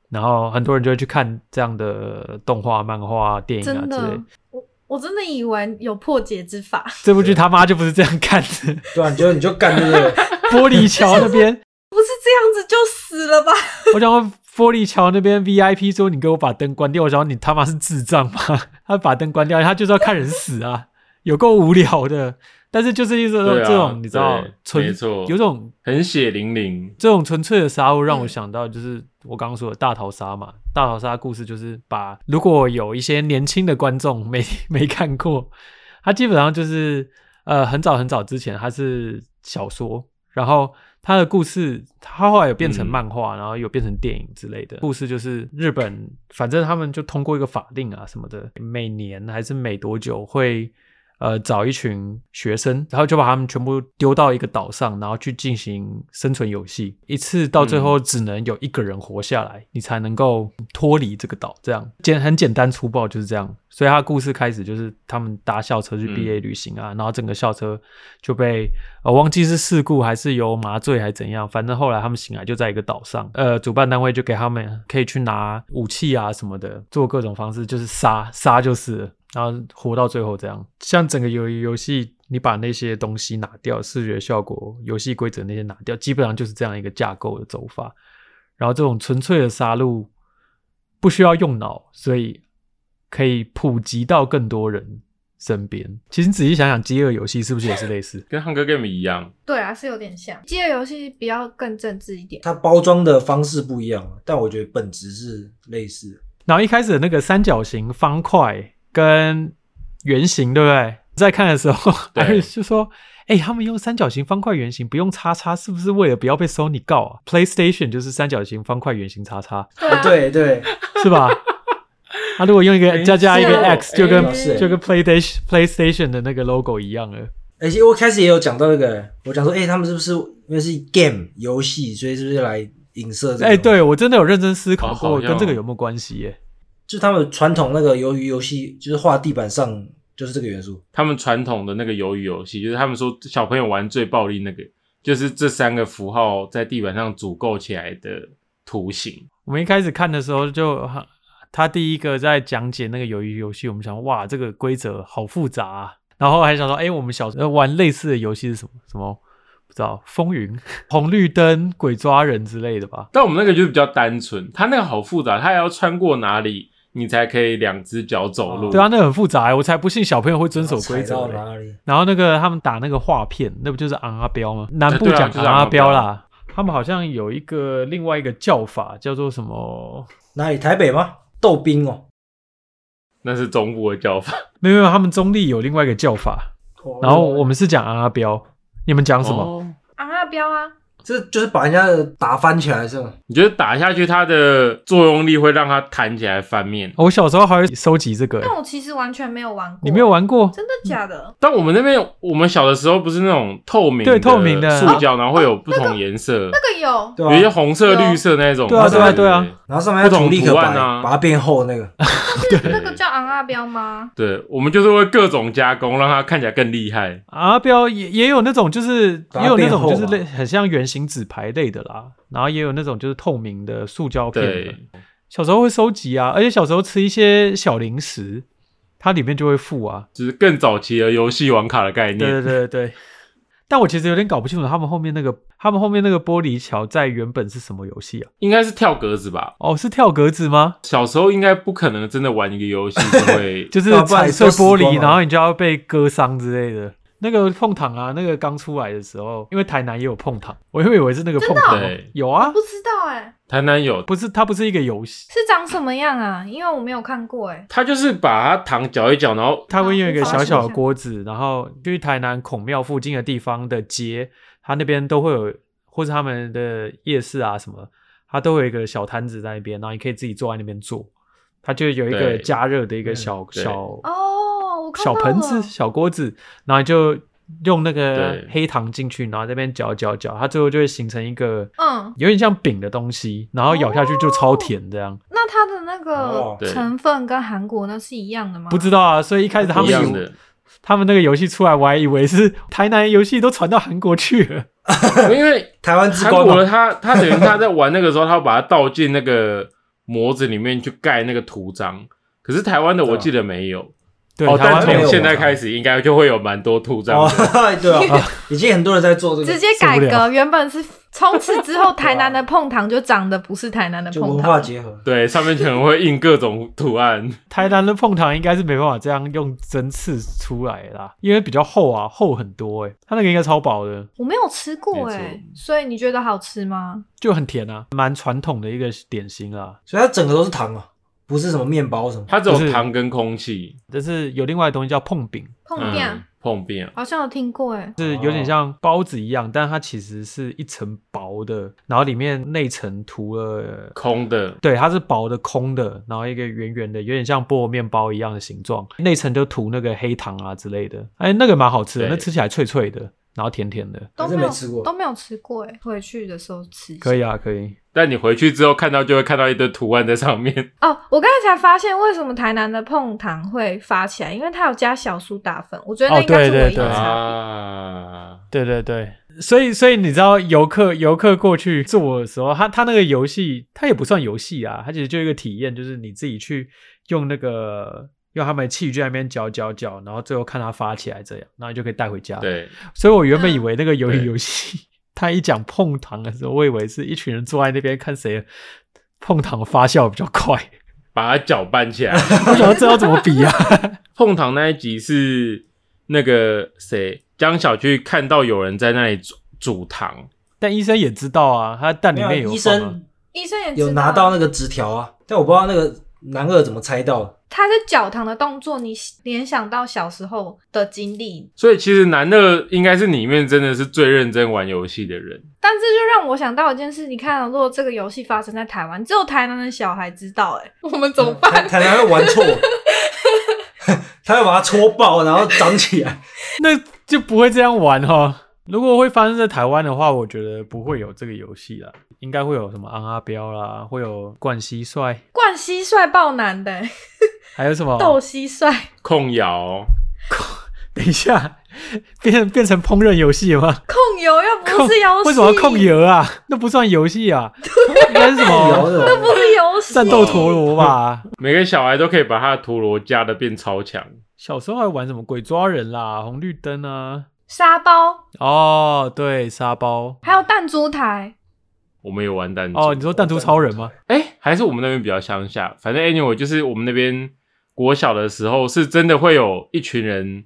Speaker 5: 然后很多人就会去看这样的动画、漫画、电影啊
Speaker 4: 真
Speaker 5: 之类
Speaker 4: 的。，我我真的以为有破解之法，
Speaker 5: 这部剧他妈就不是这样看的，
Speaker 3: 对啊，你就你就干这个，
Speaker 5: 玻璃桥那边，
Speaker 4: 不是这样子就死了吧？
Speaker 5: 我想问玻璃桥那边 VIP 说你给我把灯关掉，我想说你他妈是智障吗？ 他把灯关掉，他就是要看人死啊，有够无聊的。但是就是一种、
Speaker 1: 对啊
Speaker 5: 这种你知道
Speaker 1: 对，
Speaker 5: 纯
Speaker 1: 没错
Speaker 5: 有种
Speaker 1: 很血淋淋，
Speaker 5: 这种纯粹的杀戮让我
Speaker 4: 嗯
Speaker 5: 想到就是我刚刚说的大逃杀嘛，大逃杀故事就是把如果有一些年轻的观众没 没看过，它基本上就是呃很早很早之前它是小说，然后它的故事它后来有变成
Speaker 1: 嗯
Speaker 5: 漫画，然后有变成电影之类的故事，就是日本反正他们就通过一个法令啊什么的，每年还是每多久会呃找一群学生，然后就把他们全部丢到一个岛上，然后去进行生存游戏，一次到最后只能有一个人活下来，你才能够脱离这个岛。这样简很简单粗暴就是这样。所以他故事开始就是他们搭校车去
Speaker 1: 嗯
Speaker 5: 毕业旅行啊，然后整个校车就被呃忘记是事故还是有麻醉还怎样，反正后来他们醒来就在一个岛上，呃，主办单位就给他们可以去拿武器啊什么的，做各种方式就是杀杀就是了，然后活到最后这样。像整个游游戏，你把那些东西拿掉，视觉效果、游戏规则那些拿掉，基本上就是这样一个架构的走法。然后这种纯粹的杀戮不需要用脑，所以可以普及到更多人身边。其实你仔细想想，饥饿游戏是不是也是类似？
Speaker 1: 跟《Hunger Game》一样，
Speaker 4: 对啊，是有点像。饥饿游戏比较更政治一点，
Speaker 3: 它包装的方式不一样，啊但我觉得本质是类似的。
Speaker 5: 然后一开始的那个三角形、方块跟圆形，对不对？在看的时候，
Speaker 1: 对
Speaker 5: 还就说，哎、他们用三角形、方块、圆形，不用叉叉，是不是为了不要被 Sony 告啊？PlayStation 就是三角形、方块、圆形、叉叉，
Speaker 4: 对啊，
Speaker 3: 哦对对，
Speaker 5: 是吧？ 他、如果用一个
Speaker 1: 哎
Speaker 5: 加加一
Speaker 4: 是
Speaker 5: 个
Speaker 4: 哦
Speaker 5: X，就跟、
Speaker 3: 哎是哎
Speaker 5: 就跟 PlayStation PlayStation 的那个 logo 一样了。
Speaker 3: 而且我开始也有讲到那个，我讲说，哎、他们是不是因为是 game 游戏，所以是不是来影射这个？
Speaker 5: 哎、，对我真的有认真思考
Speaker 1: 哦
Speaker 5: 过，
Speaker 1: 好像
Speaker 5: 跟这个有没有关系耶？
Speaker 3: 就他们传统那个鱿鱼游戏，就是画地板上就是这个元素。
Speaker 1: 他们传统的那个鱿鱼游戏，就是他们说小朋友玩最暴力那个，就是这三个符号在地板上组构起来的图形。
Speaker 5: 我们一开始看的时候就，他第一个在讲解那个鱿鱼游戏，我们想哇，这个规则好复杂、啊，然后还想说，哎、我们小时候玩类似的游戏是什么什么？不知道风云、 红绿灯、鬼抓人之类的吧？
Speaker 1: 但我们那个就是比较单纯，它那个好复杂，它还要穿过哪里你才可以两只脚走路？
Speaker 3: 哦
Speaker 5: 对啊，，那很复杂、我才不信小朋友会遵守
Speaker 1: 啊
Speaker 5: 规
Speaker 3: 踩
Speaker 5: 则
Speaker 3: 到
Speaker 5: 嘞、
Speaker 3: 哪里？
Speaker 5: 然后那个他们打那个画片，那不就是昂阿彪吗？南部
Speaker 1: 对啊
Speaker 5: 讲
Speaker 1: 就是昂
Speaker 5: 昂阿
Speaker 1: 阿彪
Speaker 5: 彪啦，他们好像有一个另外一个叫法叫做什么？
Speaker 3: 哪里？台北吗？逗兵哦。
Speaker 1: 那是中部的叫法。
Speaker 5: 没有没有，他们中立有另外一个叫法，然后我们是讲昂阿彪，你们讲什么？
Speaker 1: 哦
Speaker 4: 昂阿彪啊，
Speaker 3: 这就是把人家的打翻起来是吗？
Speaker 1: 你觉得打下去它的作用力会让它弹起来翻面？
Speaker 5: 哦我小时候还会收集这个、欸
Speaker 4: 但我其实完全没有玩过。
Speaker 5: 你没有？玩过？
Speaker 4: 真的假
Speaker 5: 嗯
Speaker 4: 的？
Speaker 1: 但我们那边，我们小的时候不是那种透明
Speaker 5: 对透明的啊
Speaker 1: 塑胶，然后会有不同颜色，
Speaker 4: 那个有，
Speaker 3: 对
Speaker 1: 有一些
Speaker 3: 吧？
Speaker 1: 红色、绿色那种。
Speaker 5: 对啊对啊对啊
Speaker 3: 然后上面要
Speaker 1: 不同
Speaker 3: 涂立可
Speaker 1: 图
Speaker 3: 白，
Speaker 1: 案啊
Speaker 3: 把它变厚那个。
Speaker 4: 是那个叫昂阿标吗？
Speaker 1: 对，我们就是会各种加工，让它看起来更厉害。
Speaker 5: 啊，标也也有那种，就是
Speaker 3: 把它
Speaker 5: 也有那种
Speaker 3: 变厚
Speaker 5: 就是
Speaker 3: 嘛
Speaker 5: 类很像圆形纸牌类的啦，然后也有那种就是透明的塑胶片的
Speaker 1: 对。，
Speaker 5: 小时候会收集啊，而且小时候吃一些小零食，它里面就会附啊。
Speaker 1: 就是更早期的游戏网卡的概念。
Speaker 5: 对对对对。但我其实有点搞不清楚他们后面那个他们后面那个玻璃桥在原本是什么游戏啊？
Speaker 1: 应该是跳格子吧？
Speaker 5: 哦，是跳格子吗？
Speaker 1: 小时候应该不可能真的玩一个游戏就会
Speaker 5: 就是
Speaker 3: 对啊不然
Speaker 5: 踩
Speaker 3: 你
Speaker 5: 碎
Speaker 3: 说死
Speaker 5: 玻
Speaker 3: 光
Speaker 5: 璃，
Speaker 3: 了
Speaker 5: 然后你就要被割伤之类的。那个碰糖啊，那个刚出来的时候，因为台南也有碰糖，我原本以为是那个碰糖哦、
Speaker 1: 对
Speaker 5: 有啊，
Speaker 4: 不知道哎，
Speaker 1: 台南有，
Speaker 5: 不是它不是一个游戏，
Speaker 4: 是长什么样啊？因为我没有看过哎。
Speaker 1: 他就是把它糖搅一搅，然后
Speaker 5: 它会用一个
Speaker 4: 无法
Speaker 5: 小
Speaker 4: 想
Speaker 5: 小的
Speaker 4: 象
Speaker 5: 锅子，然后就是台南孔庙附近的地方的街，它那边都会有，或是他们的夜市啊什么，它都会有一个小摊子在那边，然后你可以自己坐在那边做，它就有一个
Speaker 1: 对嗯
Speaker 5: 加热的一个小
Speaker 1: 对
Speaker 5: 小
Speaker 4: 哦，我看到
Speaker 5: 小
Speaker 4: 了。
Speaker 5: 盆子、小锅子，然后就用那个
Speaker 1: 对
Speaker 5: 黑糖进去，然后这边搅搅搅，它最后就会形成一个
Speaker 4: 嗯，哦
Speaker 5: 有点像饼的东西，然后咬下去就超甜这样。
Speaker 4: 那它的那
Speaker 3: 哦
Speaker 4: 个
Speaker 1: 对
Speaker 4: 成分跟韩国那是一样的吗？
Speaker 5: 不知道啊，所以一开始他
Speaker 1: 一
Speaker 5: 们
Speaker 1: 样
Speaker 5: 以
Speaker 1: 的。
Speaker 5: 他们那个游戏出来，我还以为是台南游戏都传到韩国去了。
Speaker 1: 因 为
Speaker 3: 台湾之
Speaker 1: 韩
Speaker 3: 光啊
Speaker 1: 国的
Speaker 3: 嘛，
Speaker 1: 他，他等于他在玩那个时候，他要把它倒进那个模子里面去盖那个图章。可是台湾的我记得没有，
Speaker 5: 对，
Speaker 1: 哦，
Speaker 5: 台
Speaker 1: 但
Speaker 5: 湾
Speaker 3: 没
Speaker 1: 从
Speaker 3: 有
Speaker 1: 现在
Speaker 5: 在
Speaker 1: 开始应该就会有蛮多图章
Speaker 3: 哦
Speaker 1: 的。，
Speaker 3: 对啊，已经很多人在做这
Speaker 4: 直
Speaker 3: 个，
Speaker 4: 接改
Speaker 5: 受不了
Speaker 4: 革，原本是 从此之 后台南的碰糖就长得不是台南的
Speaker 3: 啊就
Speaker 4: 碰
Speaker 3: 文化
Speaker 4: 糖，
Speaker 3: 结合。
Speaker 1: 对，上面可能会印各种图案。
Speaker 5: 台南的碰糖应该是没办法这样用针刺出来啦，因为比较厚啊，厚很多诶、它那个应该超薄的，
Speaker 4: 我没有吃过哎、
Speaker 1: 没
Speaker 4: 所以你觉得好吃吗？
Speaker 5: 就很甜啊，蛮传统的一个点心啊。
Speaker 3: 所以它整个都是糖啊，不是什么面包什么。
Speaker 1: 它只有
Speaker 5: 就是
Speaker 1: 糖跟空气，
Speaker 5: 但是有另外的东西叫碰饼，
Speaker 4: 碰面、
Speaker 1: 嗯，碰壁啊。
Speaker 4: 好像有听过哎、
Speaker 5: 是有点像包子一样，但它其实是一层薄的，然后里面内层涂了。
Speaker 1: 空的，
Speaker 5: 对，它是薄的、空的，然后一个圆圆的，有点像菠萝面包一样的形状，内层就涂那个黑糖啊之类的。哎，那个蛮好吃的，
Speaker 1: 对
Speaker 5: 那吃起来脆脆的，然后甜甜的，
Speaker 4: 都
Speaker 3: 还是
Speaker 4: 没有
Speaker 3: 没吃过
Speaker 4: 都没有吃过哎、回去的时候吃一下
Speaker 5: 可以啊，可以。
Speaker 1: 但你回去之后看到就会看到一堆图案在上面。
Speaker 4: 哦，我刚才才发现为什么台南的碰糖会发起来，因为它有加小苏打粉，我觉得那
Speaker 5: 哦
Speaker 4: 应该是
Speaker 5: 对
Speaker 4: 唯一
Speaker 5: 对
Speaker 4: 的
Speaker 5: 对
Speaker 4: 差
Speaker 1: 啊，
Speaker 5: 对对对，所以所以你知道游客游客过去做的时候，他他那个游戏，他也不算游戏啊，他其实就一个体验，就是你自己去用那个用他们的器具在那边搅搅搅，然后最后看它发起来这样，然后你就可以带回家。，
Speaker 1: 对，
Speaker 5: 所以我原本以为那个鱿鱼
Speaker 1: 对
Speaker 5: 游戏，他一讲碰糖的时候，我以为是一群人坐在那边看谁碰糖发酵比较快。
Speaker 1: 把它搅拌起来。
Speaker 5: 我想到这要怎么比啊？
Speaker 1: 碰糖那一集是那个谁江小去看到有人在那里煮煮糖，
Speaker 5: 但医生也知道啊，他蛋里
Speaker 3: 没有啊
Speaker 5: 面有
Speaker 3: 医
Speaker 5: 放啊
Speaker 3: 生
Speaker 4: 别。医生也知道
Speaker 3: 有拿到那个纸条啊，但我不知道那个男二怎么猜到的。
Speaker 4: 他在搅糖的动作，你联想到小时候的经历，
Speaker 1: 所以其实男的应该是里面真的是最认真玩游戏的人。
Speaker 4: 但这就让我想到一件事，你看、啊，如果这个游戏发生在台湾，只有台南的小孩知道、欸， 哎，我们怎么办？
Speaker 3: 他嗯他他会玩错， 他会把它戳爆，然后长起来。
Speaker 5: 那就不会这样玩哦。如果会发生在台湾的话，我觉得不会有这个游戏啦，应该会有什么昂阿啊彪啦，会有冠希帅，
Speaker 4: 冠希帅爆男的、欸，
Speaker 5: 还有什么？
Speaker 4: 斗蟋蟀，
Speaker 1: 控瑶，
Speaker 5: 等一下，变变成烹饪游戏了 吗？
Speaker 4: 控油又不
Speaker 5: 控
Speaker 4: 是游戏，
Speaker 5: 为什么要控？油啊？那不算游戏啊，应该是什
Speaker 3: 摇
Speaker 5: 么
Speaker 3: 的
Speaker 4: 那不是游戏，
Speaker 5: 战斗陀螺吧？
Speaker 1: 每个小孩都可以把他的陀螺加的变超强。
Speaker 5: 小时候还玩什么鬼抓人啦、红绿灯啊？
Speaker 4: 沙包，
Speaker 5: 哦，对，沙包。
Speaker 4: 还有弹珠台，
Speaker 1: 我们有玩弹珠
Speaker 5: 哦，你说弹珠超人吗？
Speaker 1: 哎、还是我们那边比较乡下。反正 anyway，就是我们那边国小的时候，是真的会有一群人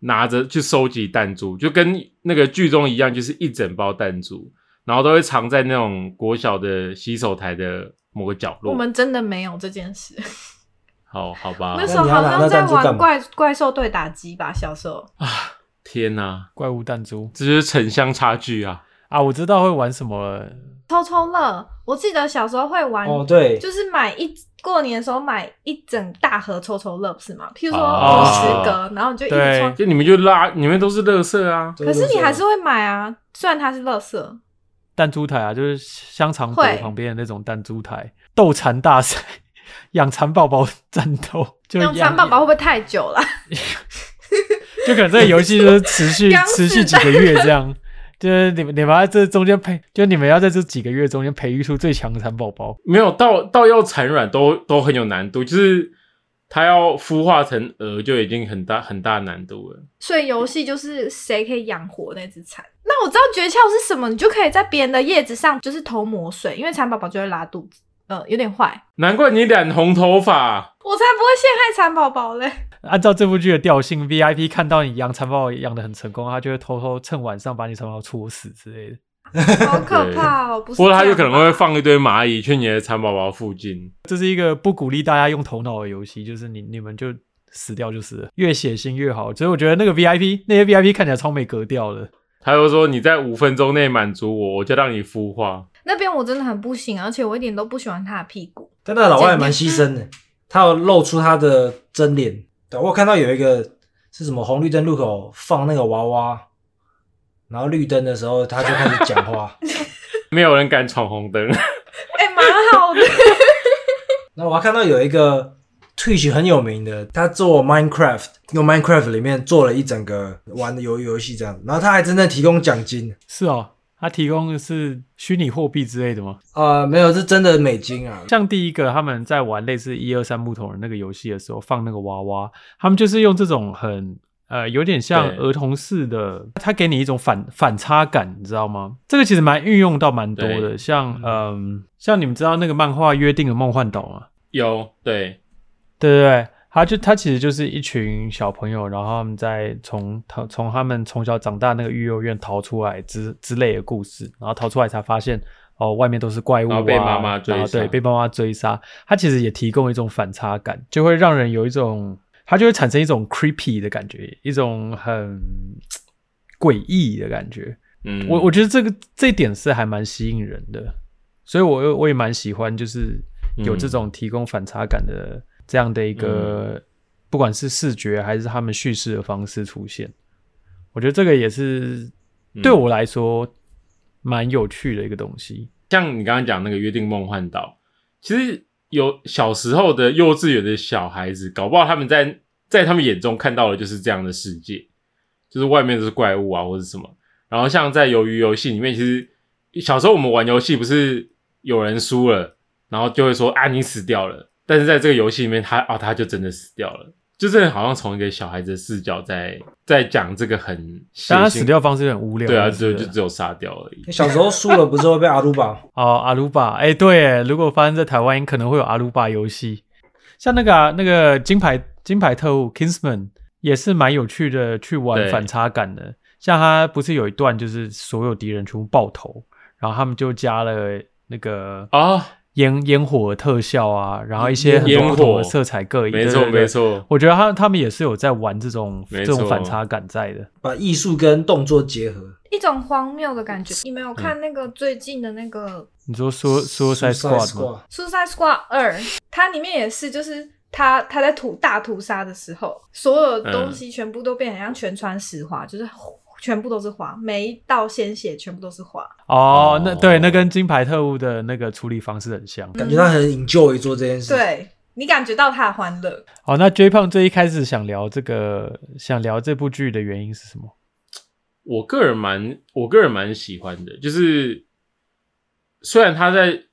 Speaker 1: 拿着去收集弹珠，就跟那个剧中一样，就是一整包弹珠，然后都会藏在那种国小的洗手台的某个角落。
Speaker 4: 我们真的没有这件事。
Speaker 1: 好好吧
Speaker 4: 那，时候好
Speaker 3: 那你要拿
Speaker 4: 像
Speaker 3: 那
Speaker 4: 在
Speaker 3: 弹珠干
Speaker 4: 玩
Speaker 3: 嘛
Speaker 4: 怪怪兽对打机吧，小时候。
Speaker 1: 天哪、
Speaker 5: 怪物弹珠
Speaker 1: 这就是城乡差距啊！
Speaker 5: 啊，我知道会玩什么了，
Speaker 4: 抽抽乐，我记得小时候会玩，
Speaker 3: 哦，对，
Speaker 4: 就是买一过年的时候买一整大盒抽抽乐，不是吗？譬如说
Speaker 1: 哦
Speaker 4: 五十个，然后你就一直
Speaker 5: 对
Speaker 4: 抽，
Speaker 1: 就你们就拉，你们都是乐色啊。
Speaker 4: 可是你还是会买啊，虽然它是乐色。
Speaker 5: 弹珠台啊，就是香肠博
Speaker 4: 会
Speaker 5: 旁边的那种弹珠台，斗蚕大赛， 养蚕宝宝战斗，就
Speaker 4: 用蚕宝宝会不会太久了？
Speaker 5: 就可能这个游戏就是持 续
Speaker 4: 刚
Speaker 5: 持续几个月这样，就是你们你们要这中间培，就你们要在这几个月中间培育出最强的蚕宝宝。
Speaker 1: 没有到到要产卵都都很有难度，就是它要孵化成蛾就已经很大很大难度了。
Speaker 4: 所以游戏就是谁可以养活那只蚕。那我知道诀窍是什么，你就可以在别人的叶子上就是投魔水，因为蚕宝宝就会拉肚子，呃，有点坏。
Speaker 1: 难怪你染红头发，
Speaker 4: 我才不会陷害蚕宝宝嘞！
Speaker 5: 按照这部剧的调性，VIP 看到你养蚕宝宝养的很成功，他就会偷偷趁晚上把你蚕宝宝戳死之类的。
Speaker 4: 好可怕哦！不是
Speaker 1: 不过它有
Speaker 4: 这
Speaker 1: 可
Speaker 4: 样
Speaker 1: 能
Speaker 4: 吧
Speaker 1: 会放一堆蚂蚁去你的蚕宝宝附近。
Speaker 5: 这是一个不鼓励大家用头脑的游戏，就是你你们就死掉就是了，越血腥越好。所以我觉得那个 VIP 那些 VIP 看起来超没格调的，
Speaker 1: 它又说你在五分钟内满足我，我就让你孵化。
Speaker 4: 那边我真的很不行，而且我一点都不喜欢他的屁股。
Speaker 3: 但那老外也蛮牺牲的，他有露出他的真脸。对，我有看到有一个是什么红绿灯路口放那个娃娃，然后绿灯的时候他就开始讲 话。
Speaker 1: 没有人敢闯红灯，
Speaker 4: 哎、蛮好的。
Speaker 3: 那我还看到有一个 Twitch 很有名的，他做 Minecraft，用 Minecraft 里面做了一整个玩的游游戏这样，然后他还真的提供奖金，
Speaker 5: 是哦。他提供的是虚拟货币之类的吗？
Speaker 3: 呃，没有是真的美金啊，
Speaker 5: 像第一个他们在玩类似一二三木头人那个游戏的时候，放那个娃娃，他们就是用这种很呃有点像
Speaker 1: 对
Speaker 5: 儿童式的，它给你一种反反差感，你知道吗？这个其实蛮运用到蛮多的，
Speaker 1: 对
Speaker 5: 像嗯、像你们知道那个漫画《约定的梦幻岛》吗？
Speaker 1: 有对，
Speaker 5: 对对对，他就他其实就是一群小朋友，然后他们在从他从他们从小长大那个育幼院逃出来之之类的故事，然后逃出来才发现哦，外面都是怪物、啊，
Speaker 1: 然后被妈妈追
Speaker 5: 然后对，
Speaker 1: 杀
Speaker 5: 被妈妈追杀。他其实也提供一种反差感，就会让人有一种，他就会产生一种 creepy 的感觉，一种很诡异的感觉。
Speaker 1: 嗯，
Speaker 5: 我我觉得这个这一点是还蛮吸引人的，所以我我也蛮喜欢，就是有
Speaker 1: 嗯
Speaker 5: 这种提供反差感的这样的一个，不管是视觉还是他们叙事的方式出现，我觉得这个也是
Speaker 1: 嗯
Speaker 5: 对我来说蛮有趣的一个东西。
Speaker 1: 像你刚刚讲那个《约定梦幻岛》，其实有小时候的幼稚园的小孩子，搞不好他们在在他们眼中看到的就是这样的世界，就是外面都是怪物啊，或者什么。然后像在鱿鱼游戏里面，其实小时候我们玩游戏，不是有人输了，然后就会说啊你死掉了，但是在这个游戏里面，他啊他就真的死掉了。就是好像从一个小孩子的视角在在讲这个很血
Speaker 5: 但他
Speaker 1: 腥，
Speaker 5: 死掉的方式有点无聊，
Speaker 1: 对啊，
Speaker 5: 就
Speaker 1: 就就只有杀掉而已。
Speaker 3: 小时候输了不是会被阿鲁巴？
Speaker 5: 哦，阿鲁巴，哎，对耶，如果发生在台湾，可能会有阿鲁巴游戏，像那个、啊、那个金牌金牌特务 Kingsman 也是蛮有趣的，去玩
Speaker 1: 对
Speaker 5: 反差感的。像他不是有一段就是所有敌人全部爆头，然后他们就加了那个
Speaker 1: 啊
Speaker 5: 烟烟火的特效啊，然后一些
Speaker 3: 烟
Speaker 5: 很多
Speaker 1: 烟
Speaker 5: 不同
Speaker 1: 火
Speaker 5: 的色彩各异，
Speaker 1: 没
Speaker 5: 对
Speaker 1: 错
Speaker 5: 对对
Speaker 1: 没错
Speaker 5: 我觉得他他们也是有在玩这种
Speaker 1: 没
Speaker 5: 这种
Speaker 1: 错
Speaker 5: 反差感在的。
Speaker 3: 把艺术跟动作结合。
Speaker 4: 一种荒谬的感觉。你
Speaker 1: 嗯
Speaker 4: 没有看那个最近的那个
Speaker 5: 你说说说
Speaker 3: Suicide
Speaker 5: Suicide Squad 吗？
Speaker 3: Squad
Speaker 4: 《Suicide Squad 二》，它里面也是，就是他他在屠大屠杀的时候，所有的东西全部都变得很像全川石花，就是全部都是花，每一道鲜血全部都是花。
Speaker 5: 哦，那
Speaker 1: 哦
Speaker 5: 对，那跟金牌特务的那个处理方式很像。
Speaker 3: 感觉他很 enjoy 做这件事。，
Speaker 4: 对你感觉到他的欢乐，
Speaker 5: 好，那 J 胖最一开始想聊这个，想聊这部剧的原因是什么？
Speaker 1: 我个人蛮，我个人蛮喜欢的，就是虽然他在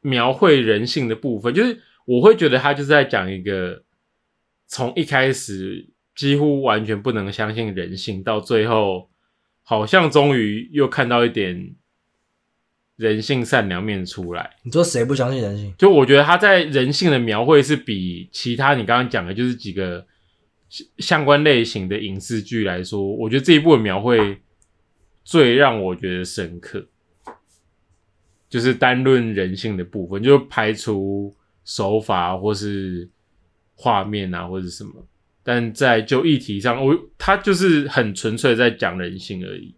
Speaker 1: 描绘人性的部分，就是我会觉得他就是在讲一个从一开始几乎完全不能相信人性，到最后好像终于又看到一点人性善良面出来。
Speaker 3: 你说谁不相信人性？
Speaker 1: 就我觉得他在人性的描绘是比其他你刚刚讲的，就是几个相相关类型的影视剧来说，我觉得这一部的描绘最让我觉得深刻，就是单论人性的部分，就排除手法或是画面啊，或者什么。但在就议题上，我他就是很纯粹在讲人性而已。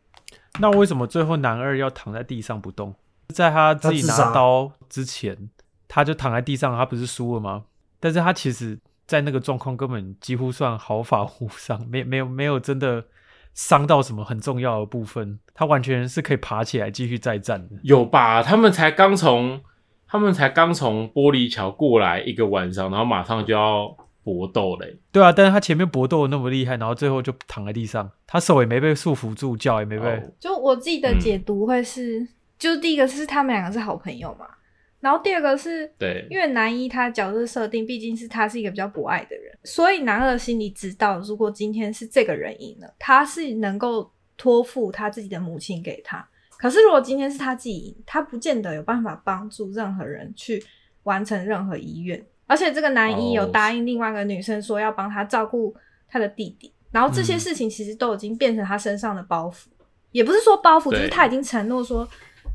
Speaker 5: 那为什么最后男二要躺在地上不动？在他自己
Speaker 3: 他自杀
Speaker 5: 拿刀之前，他就躺在地上，他不是输了吗？但是他其实，在那个状况根本几乎算毫发无伤，没没有没有真的伤到什么很重要的部分，他完全是可以爬起来继续再战的。
Speaker 1: 有吧？他们才刚从他们才刚从玻璃桥过来一个晚上，然后马上就要搏斗嘞、
Speaker 5: 对啊，但是他前面搏斗得那么厉害，然后最后就躺在地上，他手也没被束缚住，脚也没被。
Speaker 1: 哦
Speaker 4: 就我自己的解读会是，就第一个是他们两个是好朋友嘛，然后第二个是
Speaker 1: 对
Speaker 4: 因为男一他角色设定毕竟是他是一个比较博爱的人，所以男二心里知道，如果今天是这个人赢了，他是能够托付他自己的母亲给他。可是如果今天是他自己赢，他不见得有办法帮助任何人去完成任何遗愿。而且这个男一
Speaker 1: 哦
Speaker 4: 有答应另外一个女生说要帮他照顾他的弟弟，然后这些
Speaker 5: 嗯
Speaker 4: 事情其实都已经变成他身上的包袱。也不是说包袱，就
Speaker 1: 对
Speaker 4: 是他已经承诺说，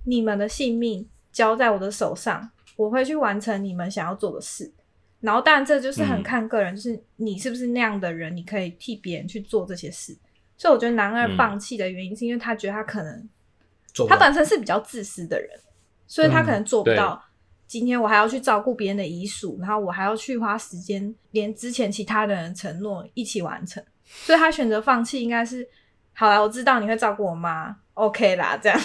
Speaker 4: 你们的性命交在我的手上，我会去完成你们想要做的事。然后，当然这就是很
Speaker 1: 嗯
Speaker 4: 看个人，就是你是不是那样的人，你可以替别人去做这些事。所以我觉得男二
Speaker 1: 嗯
Speaker 4: 放弃的原因，是因为他觉得他可能
Speaker 3: 做不
Speaker 4: 他
Speaker 3: 到
Speaker 4: 本身是比较自私的人，所以他可能做不
Speaker 1: 对
Speaker 4: 到。今天我还要去照顾别人的遗属，然后我还要去花时间，连之前其他的人承诺一起完成，所以他选择放弃，应该是好啦，我知道你会照顾我妈，OK 啦，这样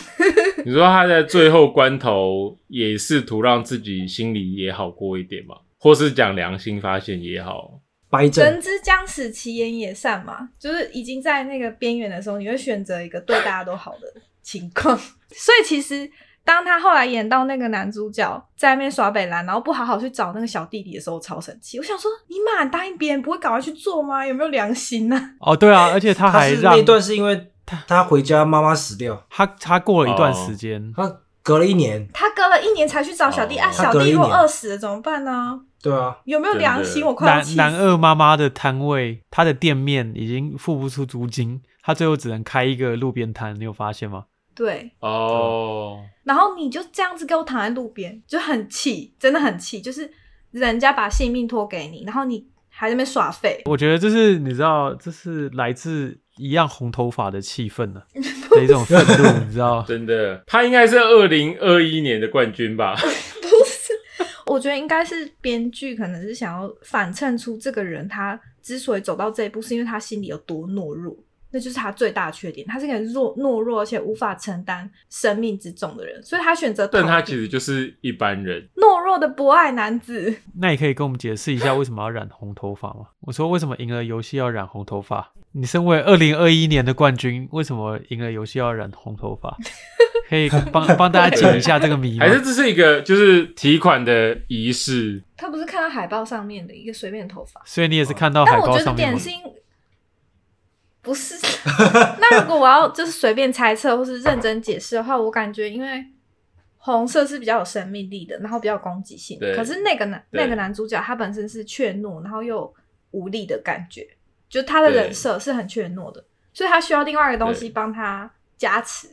Speaker 1: 你说他在最后关头也试图让自己心里也好过一点嘛，或是讲良心发现也好，
Speaker 3: 掰正
Speaker 4: 人之将死，其言也善嘛，就是已经在那个边缘的时候，你会选择一个对大家都好的情况。 所以其实，当他后来演到那个男主角在那边耍北兰，然后不好好去找那个小弟弟的时候，我超生气。我想说，你妈你答应别人不会赶快去做吗？有没有良心呢、
Speaker 5: 哦，对啊，而且他还
Speaker 3: 是
Speaker 5: 让
Speaker 3: 那一段是因为他回家妈妈死掉，
Speaker 5: 他他过了一段
Speaker 1: 哦
Speaker 5: 时间，
Speaker 3: 他隔了一年，
Speaker 4: 他隔了一年才去找小弟、
Speaker 1: 哦
Speaker 4: 啊，
Speaker 1: 他
Speaker 4: 小
Speaker 3: 隔了
Speaker 4: 弟
Speaker 3: 一
Speaker 4: 如果
Speaker 3: 年
Speaker 4: 饿死了怎么办呢？
Speaker 3: 对啊，
Speaker 4: 有没有
Speaker 1: 真
Speaker 4: 良
Speaker 1: 的
Speaker 4: 心？我快要
Speaker 5: 男
Speaker 4: 气死
Speaker 5: 男二妈妈的摊位，他的店面已经付不出租金，他最后只能开一个路边摊，你有发现吗？
Speaker 4: 对，
Speaker 1: 哦，
Speaker 4: 然后你就这样子给我躺在路边，就很气，真的很气。就是人家把性命托给你，然后你还在那边耍废，
Speaker 5: 我觉得这是你知道，这是来自一样红头发的气氛 呢、的一种愤怒，你知 道？
Speaker 1: 真的，他应该是二零二一年的冠军吧？
Speaker 4: 不是？ 我觉得应该是编剧可能是想要反衬出这个人他之所以走到这一步，是因为他心里有多懦弱，那就是他最大的缺点。他是个弱懦弱而且无法承担生命之重的人，所以他选择逃避。
Speaker 1: 但他其实就是一般人，
Speaker 4: 懦弱的博爱男子，
Speaker 5: 那你可以跟我们解释一下为什么要染红头发吗？我说为什么赢了游戏要染红头发？你身为二零二一年的冠军，为什么赢了游戏要染红头 发？可以帮帮大家解一下这个谜吗
Speaker 1: 还？是这是一个就是提款的仪式？
Speaker 4: 他不是看到海报上面的一个随便的头发。
Speaker 5: 所以你也是
Speaker 1: 啊
Speaker 5: 看到海
Speaker 4: 但我
Speaker 5: 报
Speaker 4: 觉得
Speaker 5: 上面
Speaker 4: 点
Speaker 5: 吗
Speaker 4: 心不是。那如果我要就是随便猜测或是认真解释的话，我感觉因为红色是比较有生命力的，然后比较有攻击性的。
Speaker 1: 对
Speaker 4: 可是那个男
Speaker 1: 对
Speaker 4: 那个男主角他本身是怯懦，然后又有无力的感觉，就他的
Speaker 1: 对
Speaker 4: 人设是很怯懦的，所以他需要另外一个东西
Speaker 1: 对
Speaker 4: 帮他加持，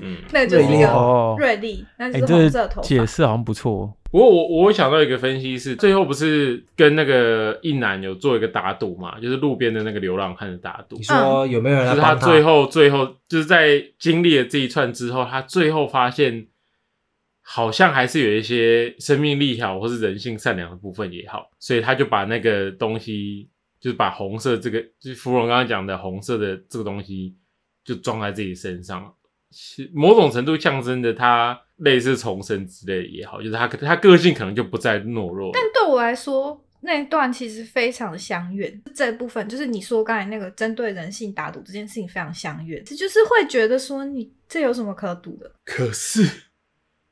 Speaker 1: 嗯，
Speaker 4: 那个就是一
Speaker 3: 锐利
Speaker 4: 个
Speaker 5: 哦，
Speaker 4: 锐利，那
Speaker 5: 哎，
Speaker 4: 就是红色
Speaker 5: 这
Speaker 4: 的头
Speaker 5: 解
Speaker 4: 发。
Speaker 5: 释好像不错哦。
Speaker 1: 不过我我想到一个分析是，最后不是跟那个一男有做一个打赌嘛，就是路边的那个流浪汉的打赌
Speaker 3: 你，说
Speaker 4: 嗯
Speaker 3: 有没有人
Speaker 1: 就
Speaker 3: 来
Speaker 1: 是他
Speaker 3: 帮
Speaker 1: 最后最后就是在经历了这一串之后，他最后发现好像还是有一些生命力也好，或是人性善良的部分也好，所以他就把那个东西，就是把红色这个，就是芙蓉刚刚讲的红色的这个东西，就装在自己身上，是某种程度象征着他类似重生之类也好，就是他他个性可能就不再懦弱了，
Speaker 4: 对我来说，那一段其实非常的相怨。这部分就是你说刚才那个针对人性打赌这件事情非常相怨，这就是会觉得说你这有什么可赌的？
Speaker 1: 可是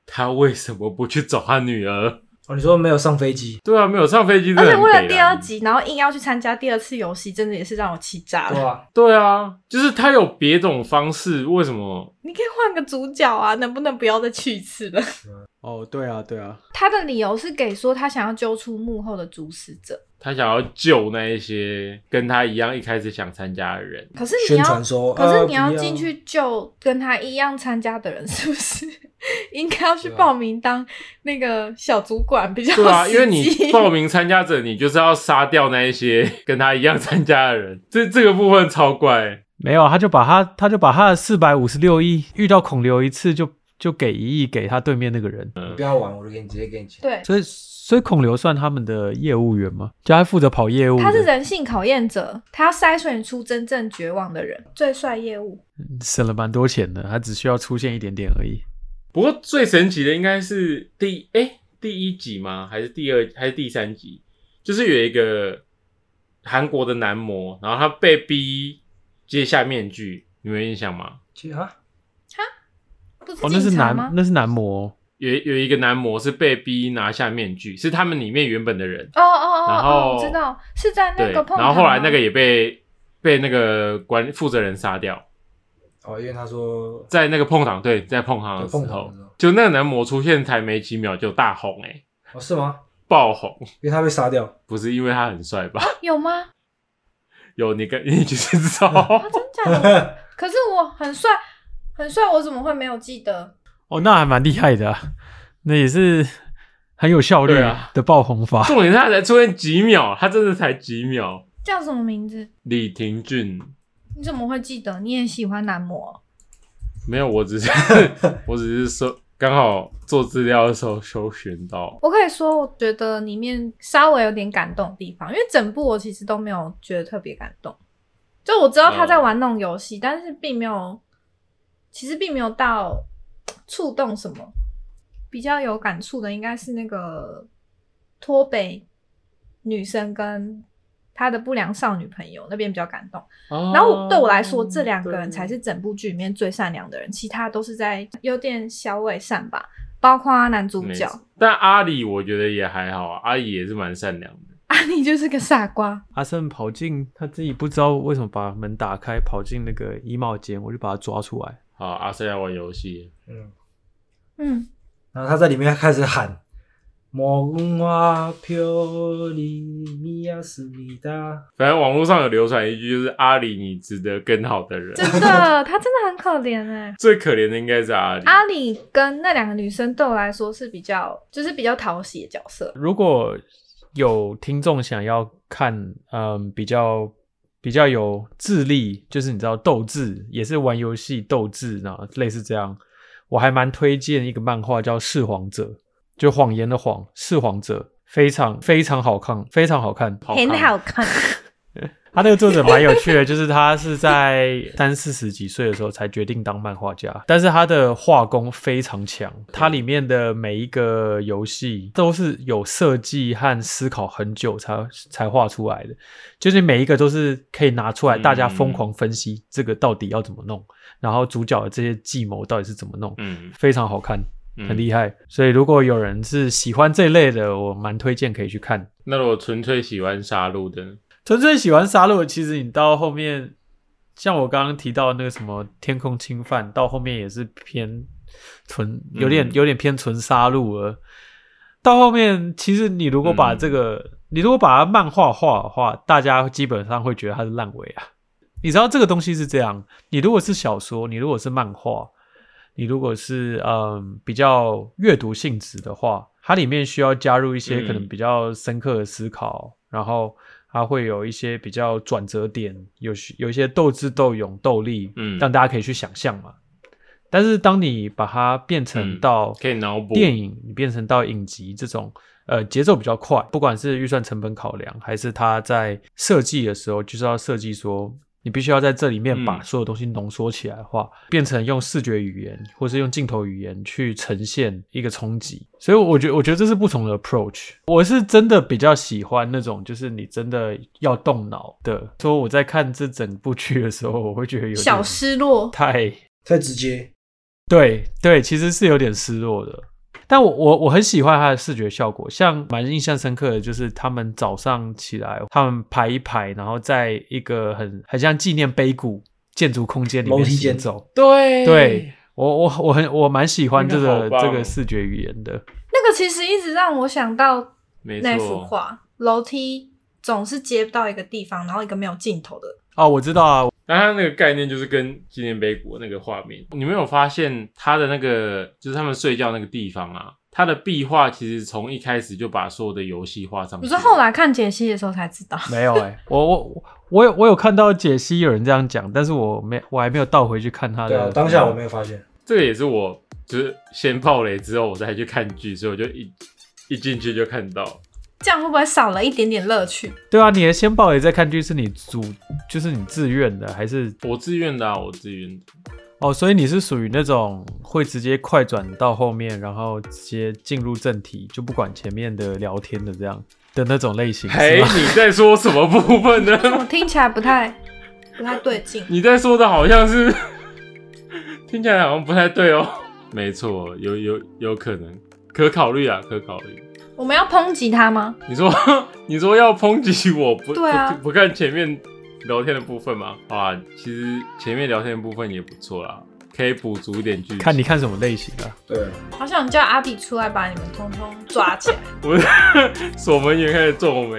Speaker 1: 他为什么不去找他女儿？
Speaker 3: 哦，你说没有上飞机，
Speaker 1: 对啊，没有上飞机真的
Speaker 4: 而且
Speaker 1: 很
Speaker 4: 为了
Speaker 1: 北
Speaker 4: 第
Speaker 1: 蓝
Speaker 4: 二集，然后硬要去参加第二次游戏，真的也是让我气炸
Speaker 3: 对
Speaker 4: 了。
Speaker 3: 啊，
Speaker 1: 对啊，就是他有别种方式，为什么？
Speaker 4: 你可以换个主角啊，能不能不要再去一次了？
Speaker 5: 哦，对啊，对啊，
Speaker 4: 他的理由是给说他想要揪出幕后的主使者，
Speaker 1: 他想要救那一些跟他一样一开始想参加的人？
Speaker 4: 可是你
Speaker 3: 宣
Speaker 4: 要
Speaker 3: 传。说，
Speaker 4: 可是
Speaker 3: 呃
Speaker 4: 你要
Speaker 3: 不
Speaker 4: 进去救跟他一样参加的人，是不是 应该要去报名当那个小主管比较实际？
Speaker 1: 啊对啊，因为你报名参加者，你就是要杀掉那一些跟他一样参加的人，这这个部分超怪。
Speaker 5: 没有，啊他就把他他就把他的四百五十六亿遇到孔刘一次就就给一亿给他对面那个人，
Speaker 3: 嗯你不要玩，我就给你直接给你钱。
Speaker 4: 对，
Speaker 5: 所以所以孔刘算他们的业务员吗？就他负责跑业务的，
Speaker 4: 他是人性考验者，他要筛选出真正绝望的人，最帅业务。
Speaker 5: 省了蛮多钱的，他只需要出现一点点而已。
Speaker 1: 不过最神奇的应该是第哎、第一集吗？还是第二还是第三集？就是有一个韩国的男模，然后他被逼揭下面具，你们有印象吗？
Speaker 3: 其实啊，
Speaker 4: 不是
Speaker 5: 哦，那是
Speaker 4: 警察
Speaker 5: 男
Speaker 4: 吗？
Speaker 5: 那是男模，哦
Speaker 1: 有有一个男模是被逼拿下面具，是他们里面原本的人，
Speaker 4: 哦哦哦
Speaker 1: 然
Speaker 4: 哦，
Speaker 1: 后
Speaker 4: 我知道是在那
Speaker 1: 对，
Speaker 4: 个碰。
Speaker 1: 然后后来那个也被被那个管负责人杀掉。
Speaker 3: 哦，因为他说
Speaker 1: 在那个碰糖，对，在碰糖的时
Speaker 3: 对碰
Speaker 1: 候
Speaker 3: 糖的时候，
Speaker 1: 就那个男模出现才没几秒就大红、欸，
Speaker 3: 哦是吗？
Speaker 1: 爆红，
Speaker 3: 因为他被杀 掉，
Speaker 1: 不是因为他很帅吧？
Speaker 4: 有吗？啊
Speaker 1: 有你跟 你去知道
Speaker 4: 啊，，真假 的？可是我很帅，很帅，我怎么会没有记得？
Speaker 5: 哦，那还蛮厉害的啊、那也是很有效率
Speaker 1: 对啊
Speaker 5: 的爆红法。
Speaker 1: 重点是他才出现几秒，他真的才几秒。
Speaker 4: 叫什么名字？
Speaker 1: 李廷俊
Speaker 4: 你怎么会记得？你也喜欢男模？
Speaker 1: 没有，我只 是我只是说刚好做资料的时候搜寻到，
Speaker 4: 我可以说，我觉得里面稍微有点感动的地方，因为整部我其实都没有觉得特别感动。就我知道他在玩那种游戏，但是并没有，其实并没有到触动什么。比较有感触的应该是那个脱北女生跟她的不良少女朋友那边比较感动。然
Speaker 1: 然
Speaker 4: 后哦对我来说，这两个人才是整部剧里面最善良的人，其他都是在有点小伪善吧，包括啊男主角。
Speaker 1: 但阿里我觉得也还好啊，阿里也是蛮善良的。
Speaker 4: 啊，你就是个傻瓜。
Speaker 5: 阿胜跑进他自己不知道为什么把门打开，跑进那个衣帽间，我就把他抓出来。
Speaker 1: 好，阿三要玩游戏，
Speaker 3: 嗯，
Speaker 4: 嗯，
Speaker 3: 然后他在里面开始喊“莫问花飘里米亚斯米达
Speaker 1: 反正网络上有流传一句，就是阿里你值得更好的人。
Speaker 4: 真的，他真的很可怜 哎、
Speaker 1: 最可怜的应该是阿里。
Speaker 4: 阿里跟那两个女生对我来说是比较，就是比较讨喜的角色。
Speaker 5: 如果有听众想要看，嗯，比较比较有智力，就是你知道斗志，也是玩游戏斗志啊，类似这样，我还蛮推荐一个漫画叫《弑皇者》，就谎言的谎，《弑皇者》非常非常好看，非常好看。
Speaker 1: 好
Speaker 4: 很
Speaker 1: 看
Speaker 4: 好看，
Speaker 5: 他那个作者蛮有趣的，就是他是在三四十几岁的时候才决定当漫画家，但是他的画工非常强，它里面的每一个游戏都是有设计和思考很久才才画出来的，就是每一个都是可以拿出来
Speaker 1: 嗯
Speaker 5: 大家疯狂分析这个到底要怎么弄，然后主角的这些计谋到底是怎么弄，
Speaker 1: 嗯，
Speaker 5: 非常好看，
Speaker 1: 嗯
Speaker 5: 很厉害。所以如果有人是喜欢这类的，我蛮推荐可以去看。
Speaker 1: 那如果纯粹喜欢杀戮的呢，
Speaker 5: 纯粹喜欢杀戮，其实你到后面，像我刚刚提到那个什么天空侵犯，到后面也是偏纯，有点
Speaker 1: 嗯
Speaker 5: 有点偏纯杀戮了。到后面，其实你如果把这个，你如果把它漫画化的话，大家基本上会觉得它是烂尾啊。你知道这个东西是这样，你如果是小说，你如果是漫画，你如果是嗯比较阅读性质的话，它里面需要加入一些
Speaker 1: 嗯
Speaker 5: 可能比较深刻的思考，然后它会有一些比较转折点，有些有一些斗智斗勇、斗力，
Speaker 1: 嗯
Speaker 5: 让大家可以去想象嘛。但是当你把它变成
Speaker 1: 嗯
Speaker 5: 到
Speaker 1: 可以脑补
Speaker 5: 电影，你变成到影集这种，呃，节奏比较快，不管是预算成本考量，还是它在设计的时候，就是要设计说，你必须要在这里面把
Speaker 1: 嗯
Speaker 5: 所有东西浓缩起来的话，变成用视觉语言或是用镜头语言去呈现一个冲击。所以我觉得，我觉得这是不同的 approach。我是真的比较喜欢那种，就是你真的要动脑的。说我在看这整部剧的时候，我会觉得有
Speaker 4: 小
Speaker 5: 点
Speaker 4: 失落。
Speaker 5: 太
Speaker 3: 太直接，
Speaker 5: 对对，其实是有点失落的。但我我我很喜欢它的视觉效果，像蛮印象深刻的就是他们早上起来，他们排一排，然后在一个很很像纪念碑谷建筑空间里
Speaker 3: 楼
Speaker 5: 面
Speaker 3: 梯
Speaker 5: 行
Speaker 3: 间
Speaker 5: 走。
Speaker 1: 对
Speaker 5: 对，我我我很我蛮喜欢这个
Speaker 1: 那个好棒
Speaker 5: 这
Speaker 1: 哦
Speaker 5: 个视觉语言的。
Speaker 4: 那个其实一直让我想到
Speaker 1: 没
Speaker 4: 那幅
Speaker 1: 错，
Speaker 4: 画，楼梯总是接不到一个地方，然后一个没有尽头的。
Speaker 5: 哦，我知道啊，
Speaker 1: 那他那个概念就是跟纪念碑谷那个画面，你没有发现他的那个就是他们睡觉那个地方啊，它的壁画其实从一开始就把所有的游戏画上去。
Speaker 4: 你说后来看解析的时候才知道，
Speaker 5: 没有哎、 我我我有我有看到解析有人这样讲，但是我没我还没有倒回去看他
Speaker 3: 对
Speaker 5: 的。
Speaker 3: 啊，当下我没有发现，
Speaker 1: 这个也是我就是先爆雷之后我再去看剧，所以我就一一进去就看到。
Speaker 4: 这样会不会少了一点点乐趣？
Speaker 5: 对啊，你的先爆雷再看剧是你主，就是你自愿的，还是
Speaker 1: 我自愿的、啊，我自愿的。
Speaker 5: 哦？所以你是属于那种会直接快转到后面，然后直接进入正题，就不管前面的聊天的这样的那种类型，
Speaker 1: 嘿，
Speaker 5: 是吗？
Speaker 1: 你在说什么部分呢？
Speaker 4: 怎么听起来不太不太对劲？
Speaker 1: 你在说的好像是，听起来好像不太对哦。没错，有有有可能，可考虑啊，可考虑。
Speaker 4: 我们要抨击他吗？
Speaker 1: 你说 你说要抨击我不
Speaker 4: 对啊
Speaker 1: 不不看前面聊天的部分吗？好啦，其实前面聊天的部分也不错啦，可以补足一点剧情。
Speaker 5: 看你看什么类型啊？
Speaker 3: 对，
Speaker 4: 好想叫阿比出来把你们通通抓起来。
Speaker 1: 我守门员开始皱眉。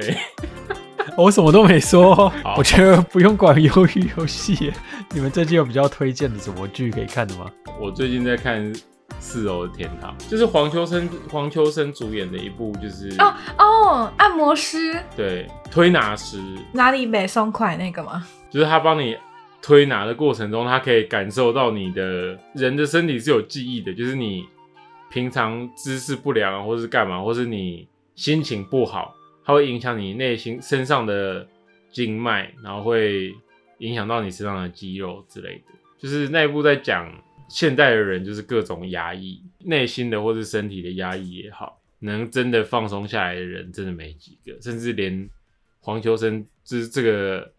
Speaker 5: 哦我什么都没说
Speaker 1: 好，
Speaker 5: 我觉得不用管鱿鱼游戏。你们最近有比较推荐的什么剧可以看的吗？
Speaker 1: 我最近在看《四楼的天堂》，就是黄秋生黄秋生主演的一部，就是、
Speaker 4: 哦哦，按摩师
Speaker 1: 对推拿师，
Speaker 4: 哪里没松快那个吗？
Speaker 1: 就是他帮你推拿的过程中，他可以感受到你的人的身体是有记忆的，就是你平常姿势不良啊，或是干嘛，或是你心情不好，它会影响你内心身上的经脉，然后会影响到你身上的肌肉之类的。就是那一部在讲现代的人，就是各种压抑，内心的或是身体的压抑也好，能真的放松下来的人真的没几个，甚至连黄秋生就是这个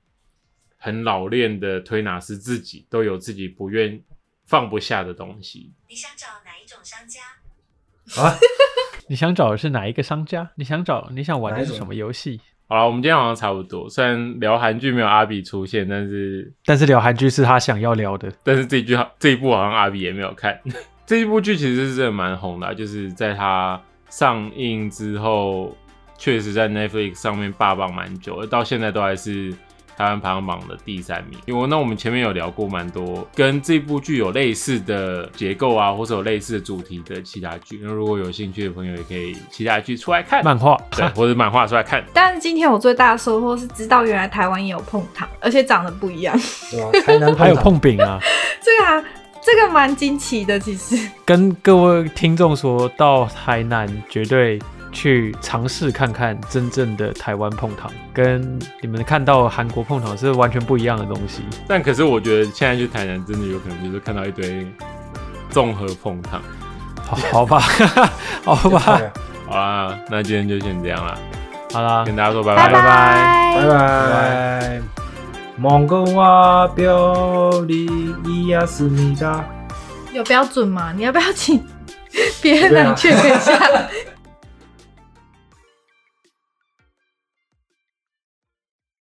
Speaker 1: 很老练的推拿师自己都有自己不愿放不下的东西。
Speaker 2: 你想找哪一种商家？
Speaker 3: 啊
Speaker 5: 你想找的是哪一个商家？你想找你想玩的是什么游戏？
Speaker 1: 好了，我们今天好像差不多，虽然聊韩剧没有阿比出现，但是
Speaker 5: 但是聊韩剧是他想要聊的。
Speaker 1: 但是这一句好这一部好像阿比也没有看。 这一部剧其实是真的蛮红的啊、就是在它上映之后，确实在 Netflix 上面霸榜蛮久，到现在都还是台湾排行榜的第三名。因为那我们前面有聊过蛮多跟这部剧有类似的结构啊，或者有类似的主题的其他剧，那如果有兴趣的朋友也可以其他剧出来看，
Speaker 5: 漫画，
Speaker 1: 对，或者漫画出来看。
Speaker 4: 但是今天我最大的收获是知道原来台湾也有碰糖，而且长得不一样。
Speaker 3: 对吧？台南
Speaker 5: 还有
Speaker 3: 糖
Speaker 5: 碰饼啊。
Speaker 4: 这个啊，这个蛮惊奇的，其实。
Speaker 5: 跟各位听众说，到台南绝对去尝试看看真正的台湾碰糖，跟你们看到韩国碰糖是完全不一样的东西。
Speaker 1: 但可是我觉得现在去台南真的有可能就是看到一堆综合碰糖。
Speaker 5: 好，好吧， 好吧
Speaker 3: 对，啊
Speaker 1: 好啦，那今天就先这样啦，
Speaker 5: 好啦，
Speaker 1: 跟大家说拜
Speaker 5: 拜
Speaker 1: 拜。
Speaker 5: 拜。
Speaker 3: 拜拜。蒙古话表里伊亚思密达。
Speaker 4: 有标准吗？你要不要请别人来确认一下？